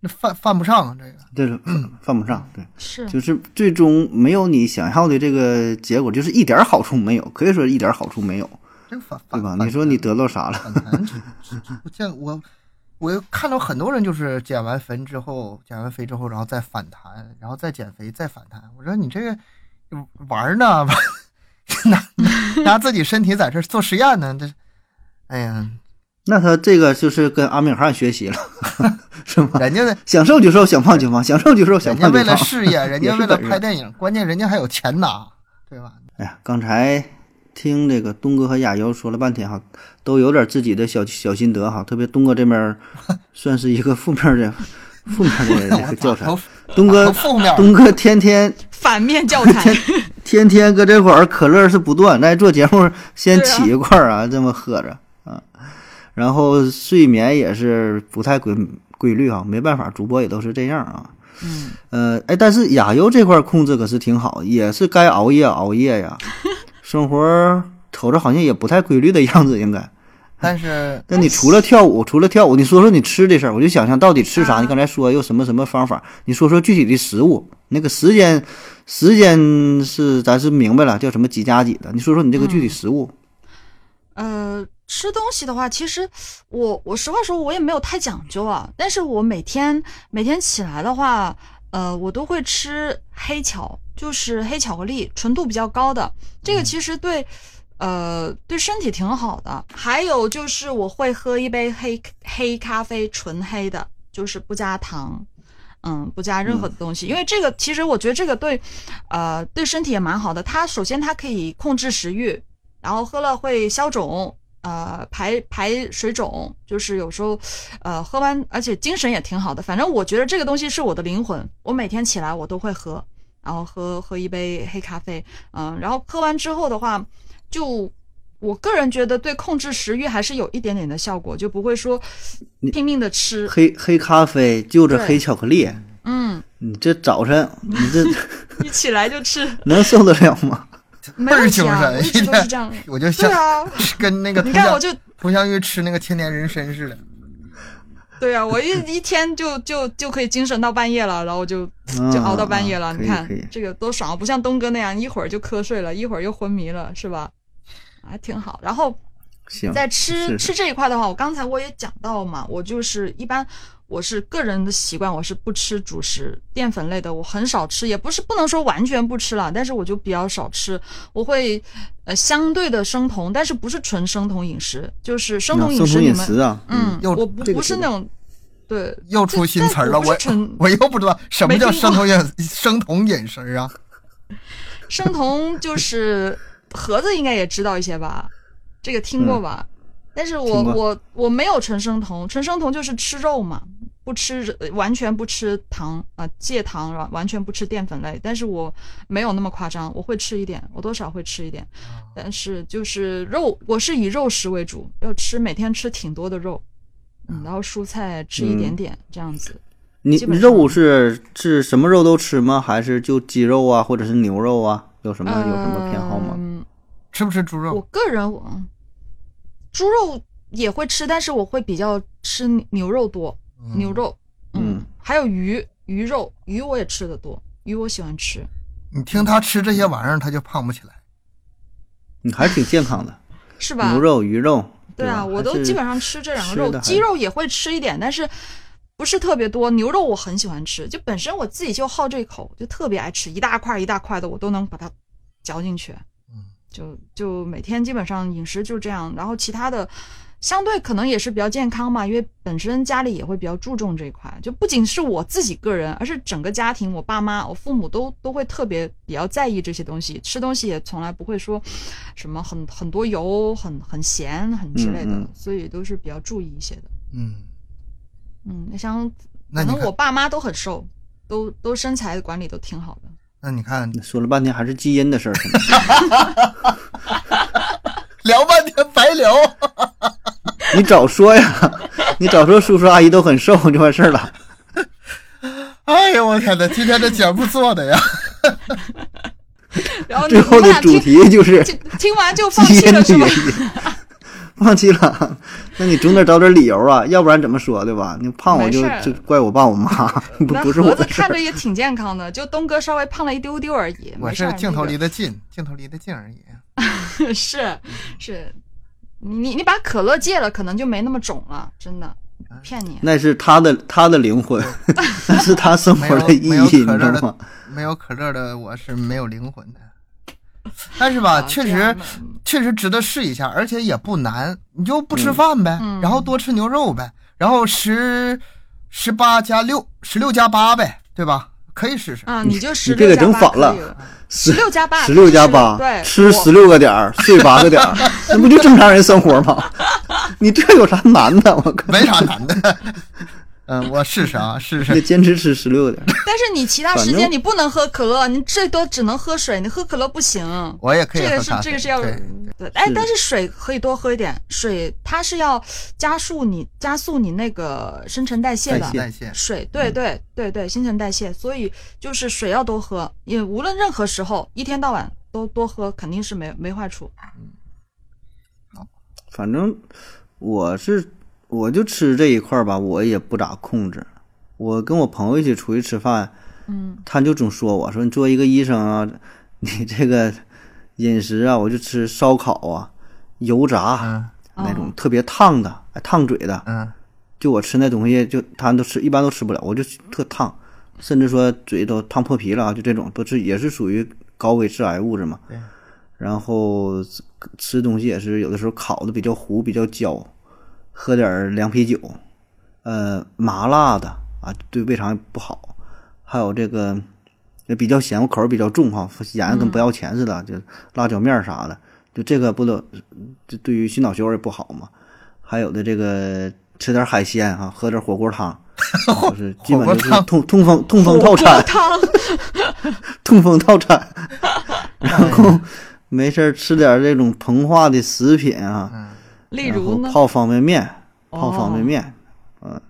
S2: 那犯犯不上啊这个。
S1: 这 是犯犯不上，对，
S3: 是
S1: 就是最终没有你想要的这个结果，就是一点好处没有，可以说一点好处没有，
S2: 这个反
S1: 对
S2: 反
S1: 吧？
S2: 反
S1: 你说你
S2: 弹
S1: 得到啥了？
S2: 很难减。我见我我看到很多人就是减完肥之后，减完肥之后，然后再反弹，然后再减肥，再反弹。我说你这个玩儿呢， 玩儿拿拿拿自己身体在这儿做实验呢，这哎呀，
S1: 那他这个就是跟阿米尔汗学习了， 是吧？
S2: 人家的
S1: 想瘦就瘦，想胖就胖，想瘦就瘦，想
S2: 人家
S1: 胖就
S2: 为了
S1: 胖。
S2: 事 业，人
S1: 也
S2: 家
S1: 是
S2: 为了
S1: 本事
S2: 拍电影，关键人家还有钱拿，对吧？
S1: 哎呀，刚才听这个东哥和亚优说了半天哈，都有点自己的小小心得哈。特别东哥这边儿算是一个负面的 负面的这个教 材
S2: 头。
S1: 东哥
S2: 头负面儿
S1: 东哥天天
S3: 反面教 材。
S1: 天天搁这块儿可乐是不断，咱做节目先
S3: 对啊
S1: 起一块儿啊，这么喝着啊，然后睡眠也是不太规规律啊，没办法，主播也都是这样啊。
S3: 嗯，
S1: 呃，哎，但是亚优这块儿控制可是挺好，也是该熬夜熬夜 呀，生活儿瞅着好像也不太规律的样子，应该。
S2: 但是
S1: 那你除了跳舞，除了跳舞，你说说你吃的事儿，我就想想到底吃啥？
S3: 啊
S1: 你刚才说又什么什么方法？你说说具体的食物，那个时间，时间是咱是明白了，叫什么几加几的？你说说你这个具
S3: 嗯
S1: 体食物，
S3: 呃，吃东西的话，其实我我实话说，我也没有太讲究啊。但是我每天每天起来的话，呃，我都会吃黑巧，就是黑巧克力，纯度比较高的。这个其实对，呃，对身体挺好的。还有就是我会喝一杯黑黑咖啡，纯黑的，就是不加糖。嗯，不加任何的东西，因为这个其实我觉得这个对，呃，对身体也蛮好的。它首先它可以控制食欲，然后喝了会消肿，呃，排排水肿，就是有时候，呃，喝完而且精神也挺好的。反正我觉得这个东西是我的灵魂，我每天起来我都会喝，然后喝喝一杯黑咖啡，嗯、然后喝完之后的话，就我个人觉得对控制食欲还是有一点点的效果，就不会说拼命的吃，
S1: 黑黑咖啡就着
S3: 对
S1: 黑巧克力，
S3: 嗯，
S1: 你这早晨你这
S3: 一起来就吃。
S1: 能受得了吗？
S3: 没
S2: 倍儿
S3: 问题
S2: 精
S3: 啊，
S2: 神
S3: 我一直都是这样的。
S2: 我就
S3: 对
S2: 像
S3: 啊，
S2: 跟那个
S3: 你
S2: 佟
S3: 看我
S2: 湘
S3: 就
S2: 佟湘玉吃那个千年人参似的。
S3: 对啊，我一一天就就就可以精神到半夜了，然后就就熬到半夜了。
S1: 啊、
S3: 你看
S1: 可以可以
S3: 这个多爽啊，不像东哥那样一会儿就瞌睡了，一会儿又昏迷了，是吧？还挺好。然后
S1: 行，
S3: 在吃
S1: 是
S3: 吃这一块的话，我刚才我也讲到嘛，我就是一般我是个人的习惯，我是不吃主食淀粉类的，我很少吃，也不是不能说完全不吃了，但是我就比较少吃，我会呃相对的生酮，但是不是纯生酮饮食，就是生酮
S1: 啊
S3: 饮
S1: 生
S3: 食
S1: 酮
S3: 你
S1: 饮
S3: 们
S1: 食啊，
S3: 嗯，
S2: 又
S3: 我不
S1: 这个
S3: 不是
S1: 知
S3: 那
S1: 道
S3: 种对
S2: 又出新词儿了，
S3: 但但我
S2: 我
S3: 不是 纯
S2: 我又不知道什么叫
S3: 没听
S2: 生
S3: 过
S2: 酮眼生酮眼神啊？
S3: 生酮就是盒子应该也知道一 些吧，这个听过吧？但是我
S1: 嗯听过
S3: 我我没有纯生酮，纯生酮就是吃肉嘛，不吃呃完全不吃糖啊、戒糖，完完全不吃淀粉类。但是我没有那么夸张，我会吃一点，我多少会吃一点，
S1: 啊
S3: 但是就是肉，我是以肉食为主，要吃每天吃挺多的肉，嗯，然后蔬菜吃一点点、这样子。
S1: 你
S3: 基
S1: 你
S3: 本上
S1: 肉是是什么肉都吃吗？还是就鸡肉啊，或者是牛肉啊？有什么有什么偏好吗？
S3: 嗯
S2: 吃不吃猪
S3: 我
S2: 肉？
S3: 个人，我嗯猪肉也会吃，但是我会比较吃牛牛肉多，
S2: 嗯
S3: 牛肉，嗯，
S1: 嗯
S3: 还有鱼，鱼肉，鱼我也吃的多，鱼我喜欢吃。
S2: 你听他吃这些玩意儿，他就胖不起来。
S1: 你还是挺健康的，
S3: 是吧？
S1: 牛肉、鱼肉。
S3: 对啊，
S1: 吧
S3: 我都基本上吃这两个
S1: 吃
S3: 肉，
S1: 的还
S3: 鸡肉也会吃一点，但是不是特别多。牛肉我很喜欢吃，就本身我自己就好这口，就特别爱吃，一大块一大块的，我都能把它嚼进去。
S2: 嗯，
S3: 就就每天基本上饮食就这样，然后其他的。相对可能也是比较健康嘛，因为本身家里也会比较注重这一块，就不仅是我自己个人，而是整个家庭，我爸妈、我父母都都会特别比较在意这些东西，吃东西也从来不会说什么很很多油、很很咸、很之类的，
S1: 嗯嗯
S3: 所以都是比较注意一些的。
S2: 嗯，
S3: 嗯，那像
S2: 那
S3: 可
S2: 你
S3: 能我
S2: 看，
S3: 爸妈都很瘦，都都身材管理都挺好 的。
S2: 那你看，
S1: 说了半天还是基因的事儿，可能
S2: 聊半天白聊。
S1: 你早说呀！ 你早说叔叔阿姨都很瘦就完事儿了。
S2: 哎呦我天哪，今天这节目做的呀，
S3: 哦然后你
S1: 最后的
S3: 你们俩
S1: 主
S3: 听
S1: 题就是
S3: 听听完就放
S1: 基
S3: 弃
S1: 因
S3: 了
S1: 的
S3: 是吧
S1: 原？因，放弃了。那你总得找点理由啊，要不然怎么说对吧？你胖我就
S3: 没事儿
S1: 就怪我爸我妈，不
S3: 那
S1: 不是我
S3: 盒子
S1: 的事
S3: 看
S1: 儿
S3: 着。也挺健康的，就东哥稍微胖了一丢丢而已。
S2: 我
S3: 没事
S2: 是
S3: 儿
S2: 镜头
S3: 那
S2: 离
S3: 个
S2: 得近，镜头离得近而已。
S1: 嗯
S3: 是是，你你你把可乐戒了，可能就没那么肿了，真的
S1: 嗯
S3: 骗你。
S1: 那是他的他的灵 魂，那是他生活的意义，
S2: 没有
S1: 你知
S2: 没有可
S1: 道
S2: 乐的
S1: 吗？
S2: 没有可乐的我是没有灵 魂的，但是吧，
S3: 啊
S2: 确
S3: 这
S2: 实
S3: 样的
S2: 确实值得试一下，而且也不难，你就不吃饭呗，
S3: 嗯
S2: 然后多吃牛肉呗，然后十十八加六，十六加八呗，对吧？可以试试。
S3: 啊，你就十
S1: 这
S3: 六
S1: 个
S3: 加
S1: 整
S3: 八
S1: 反
S3: 可
S1: 了
S3: 以了
S1: 十
S3: 16加八
S1: 十六加
S3: 吃
S1: 八，
S3: 对
S1: 吃
S3: 我
S1: 十六个点儿，睡八个点 儿，那不就正常人生活吗？ 你这有啥难的？我靠，
S2: 没啥难 的。嗯，我试试啊，试
S1: 你得
S2: 试。
S1: 坚持吃十六个点儿。
S3: 但是你其他
S1: 反
S3: 时间
S1: 正
S3: 你不能喝可乐，你最多只能喝水，你喝可乐不行。
S2: 我也可以
S3: 这个
S2: 喝
S3: 是
S2: 咖啡。
S3: 这个是要
S2: 对
S3: 对，哎
S1: 是，
S3: 但是水可以多喝一点，水它是要加速你加速你那个新陈代谢的
S1: 代。谢
S2: 代谢。
S1: 嗯
S3: 水，对对对对，新陈代谢，所以就是水要多喝，也无论任何时候，一天到晚都多喝，肯定是没没坏处。
S1: 反正我是我就吃这一块儿吧，我也不咋控制。我跟我朋友一起出去吃饭，
S3: 嗯，
S1: 他就总说我说你作为一个医生啊， 你这个饮食啊，我就吃烧烤啊、油炸啊、
S2: 嗯
S1: 那种特别烫的、哎烫嘴的，
S2: 嗯，
S1: 就我吃那东西就他都吃一般都吃不了，我就特烫，甚至说嘴都烫破皮了啊，就这种不是也是属于高危致癌物质嘛。
S2: 对。
S1: 然后吃吃东西也是有的时候烤的比较糊比较焦，喝点儿凉啤酒，呃，麻辣的啊，对胃肠不好。还有这个也比较咸，我口味比较重哈，盐得跟不要钱似的，就辣椒面儿啥的，就这个不都这对于心脑血管也不好嘛。还有的这个吃点海鲜啊，喝点火锅汤，啊就是基本
S2: 火锅
S1: 就是
S2: 汤
S1: 痛痛风痛风套
S3: 火锅
S1: 餐，
S3: 汤，
S1: 痛风套餐。然后没事儿吃点这种膨化的食品啊，
S2: 嗯，
S3: 例
S1: 然后
S3: 如呢，
S1: 泡方便面，泡
S3: 哦
S1: 方便面，呃，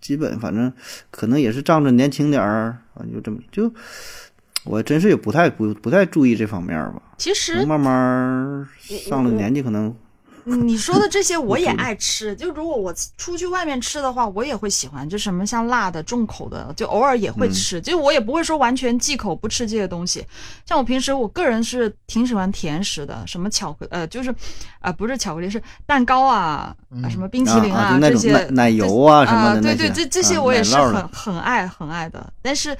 S1: 基本反正可能也是仗着年轻点儿啊，就这么就，我真是也不太不不太注意这方面儿吧。
S3: 其实
S1: 慢慢儿上了年纪，可能
S3: 你说的这些我也爱吃，就如果我出去外面吃的话，我也会喜欢，就什么像辣的、重口的，就偶尔也
S1: 嗯
S3: 会吃，就我也不会说完全忌口不吃这些东西。像我平时，我个人是挺喜欢甜食的，什么巧克呃，就是啊、呃不是巧克力，是蛋糕啊，
S2: 嗯
S3: 啊什么冰淇
S1: 啊
S3: 淋
S1: 啊，就那
S3: 这
S1: 种
S3: 些
S1: 奶奶油啊什么
S3: 啊，
S1: 的
S3: 对
S1: 那
S3: 对，
S1: 些，
S3: 这这些
S1: 啊
S3: 我也
S1: 奶
S3: 是
S1: 酪
S3: 很、
S1: 的
S3: 很爱很爱的，但是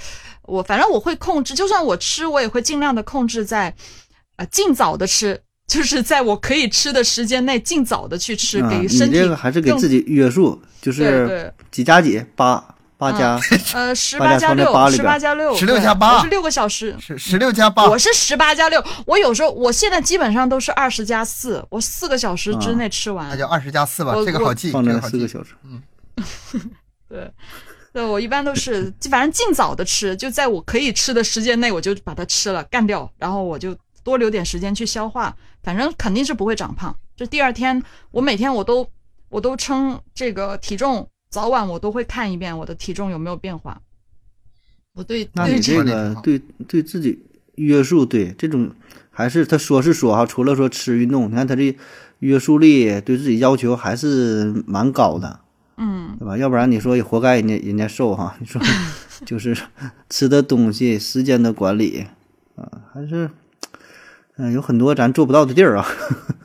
S3: 我反正我会控制，就算我吃，我也会尽量的控制在，呃，尽早的吃，就是在我可以吃的时间内尽早的去吃，
S1: 啊
S3: 给身
S1: 你
S3: 体
S1: 这个还是给
S3: 更
S1: 自己约束，就
S3: 对
S1: 是
S3: 对
S1: 几加几，八八加，
S3: 呃十
S1: 把
S3: 八
S1: 它
S3: 加
S1: 放在
S3: 六
S1: 八，里
S3: 十
S1: 边
S3: 八加六，
S2: 16
S3: 对
S2: 加八
S3: 我是六个小时。
S2: 是十六加八，
S3: 我是十八加六，我有时候我现在基本上都是二十加四，我四个小时
S1: 嗯
S3: 之内吃完。
S2: 那就二十加四吧
S3: 我，
S2: 这个
S3: 我
S2: 好记，
S1: 放
S2: 这
S1: 在
S2: 好
S1: 四个
S2: 记。
S1: 小时。
S3: 对，对我一般都是，就反正尽早的吃，就在我可以吃的时间内，我就把它吃了，干掉，然后我就多留点时间去消化，反正肯定是不会长胖。就第二天，我每天我都我都称这个体重，早晚我都会看一遍我的体重有没有变化。我对
S1: 那
S3: 对
S1: 你
S3: 这
S1: 这
S2: 个挺
S1: 个
S2: 好
S1: 对对自己约束，对这种还是他说是说哈，除了说吃运动，你看他这约束力对自己要求还是蛮高的，
S3: 嗯
S1: 对吧？要不然你说也活该人家人家瘦哈，你说就是吃的东西、时间的管理啊，还是嗯、有很多咱做不到的地儿啊。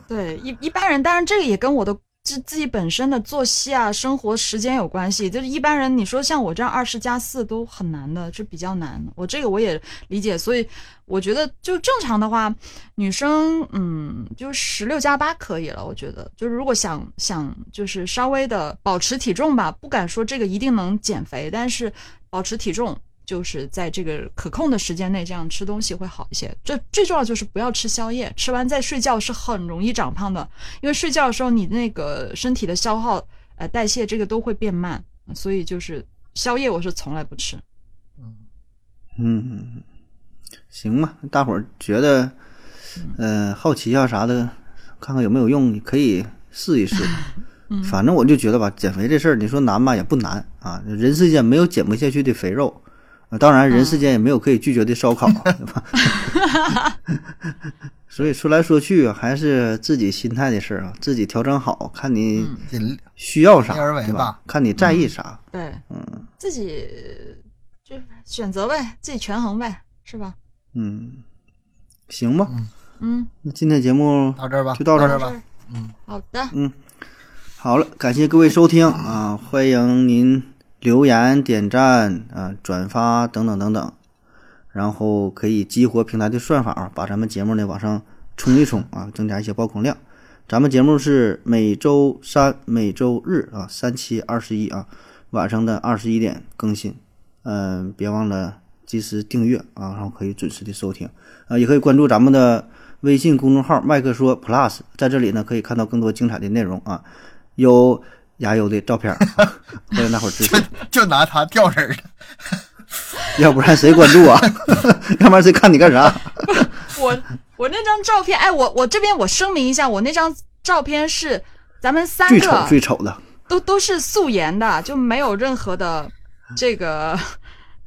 S3: 对一一般人，当然这个也跟我的。自自己本身的作息啊，生活时间有关系。就是一般人，你说像我这样二十加四都很难的，是比较难的。我这个我也理解，所以我觉得就正常的话，女生嗯，就十六加八可以了。我觉得，就是如果想想就是稍微的保持体重吧，不敢说这个一定能减肥，但是保持体重就是在这个可控的时间内这样吃东西会好一些。这最重要就是不要吃宵夜，吃完再睡觉是很容易长胖的。因为睡觉的时候你那个身体的消耗、呃代谢这个都会变慢，所以就是宵夜我是从来不吃。
S1: 嗯，行吧，大伙儿觉得，呃，好奇啊啥的，看看有没有用，你可以试一试。反正我就觉得吧，减肥这事儿，你说难吧也不难啊，人世间没有减不下去的肥肉，啊当然人世间也没有可以拒绝的烧烤，对吧？ 所以说来说去还是自己心态的事儿啊，自己调整好，看你
S2: 尽
S1: 需要啥，
S2: 量而为
S1: 对
S2: 吧？
S1: 看你在意啥，
S3: 对
S1: 嗯
S3: 自己就选择呗，自己权衡呗，是吧？
S1: 嗯，行吧，
S3: 嗯，
S1: 那今天节目
S2: 到这儿吧，
S1: 就到这
S2: 这
S1: 儿
S2: 儿
S3: 到
S2: 吧嗯
S3: 这。儿好的，
S1: 好了，感谢各位收听啊，欢迎您留言、点赞啊、转发等等等等，然后可以激活平台的算法啊，把咱们节目呢往上冲一冲啊，增加一些曝光量。咱们节目是每周三、每周日啊，三七二十一啊，晚上的二十一点更新。嗯、别忘了及时订阅啊，然后可以准时的收听啊，也可以关注咱们的微信公众号“麦克说 Plus”，在这里呢可以看到更多精彩的内容啊，有牙优的照片儿，欢迎大伙儿支持，
S2: 就拿它吊人儿了。
S1: 要不然谁关注 啊？要不然谁看你干啥？
S3: 我我那张照片，哎，我我这边我声明一下，我那张照片是咱们三
S1: 最丑
S3: 个
S1: 最丑的，
S3: 都都是素颜的，就没有任何的这个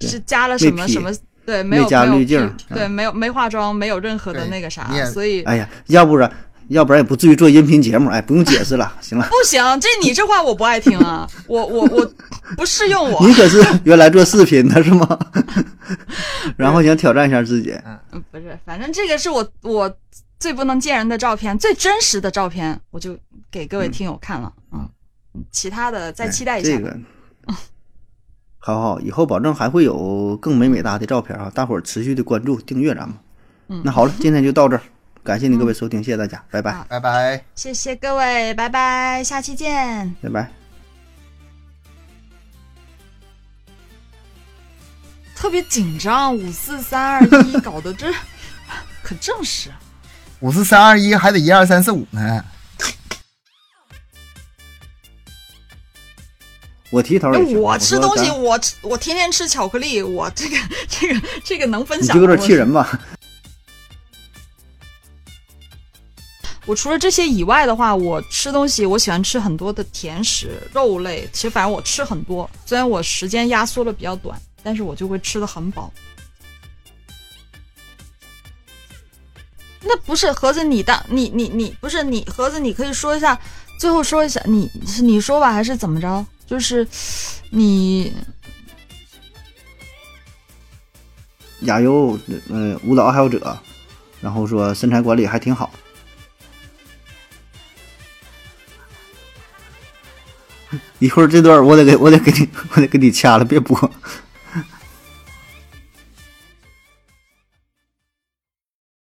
S3: 是加了什么
S1: 没 P
S3: 什么。对，没有
S1: 加
S3: 没有
S1: 滤镜
S3: P，对，没有没化妆，没有任何的
S2: 嗯对
S3: 那个啥
S2: 你也，
S3: 所以
S1: 哎呀，要不然要不然也不至于做音频节目，哎，不用解释 了，行了。
S3: 不行，这你这话我不爱听啊，我我我不适用我
S1: 你，可是原来做视频的是吗？ 然后想挑战一下自己，
S3: 嗯不是，反正这个是我我最不能见人的照片，最真实的照片，我就给各位听友看了，嗯，其他的再期待一下
S1: 哎这，个，好好，以后保证还会有更美美哒的照片啊！大伙儿持续的关注、订阅咱们。
S3: 嗯
S1: 那好了，今天就到这儿，感谢您各位收听，谢谢大家，拜拜，
S3: 好
S2: 拜拜。
S3: 谢谢各位，拜拜，下期见。
S1: 拜拜。
S3: 特别紧张，五四三二一，搞得这可正式。
S2: 五四三二一，还得一二三四五呢。
S1: 我提头
S3: 那
S1: 也行，
S3: 哎我吃
S1: 说
S3: 东西，
S1: 咱
S3: 我吃我天天吃巧克力，我这个这个这个能分
S1: 你
S3: 享
S1: 就
S3: 吗。
S1: 有点气人吧？
S3: 我除了这些以外的话，我吃东西我喜欢吃很多的甜食、肉类，其实反正我吃很多，虽然我时间压缩的比较短，但是我就会吃的很饱。那不是盒子你当你你你不是你盒子，你可以说一下，最后说一下，你是你说吧，还是怎么着？就是你
S1: 亚优，呃，舞蹈爱好者，然后说身材管理还挺好。 一会儿这段我得给我得给你我得给你掐了，别播。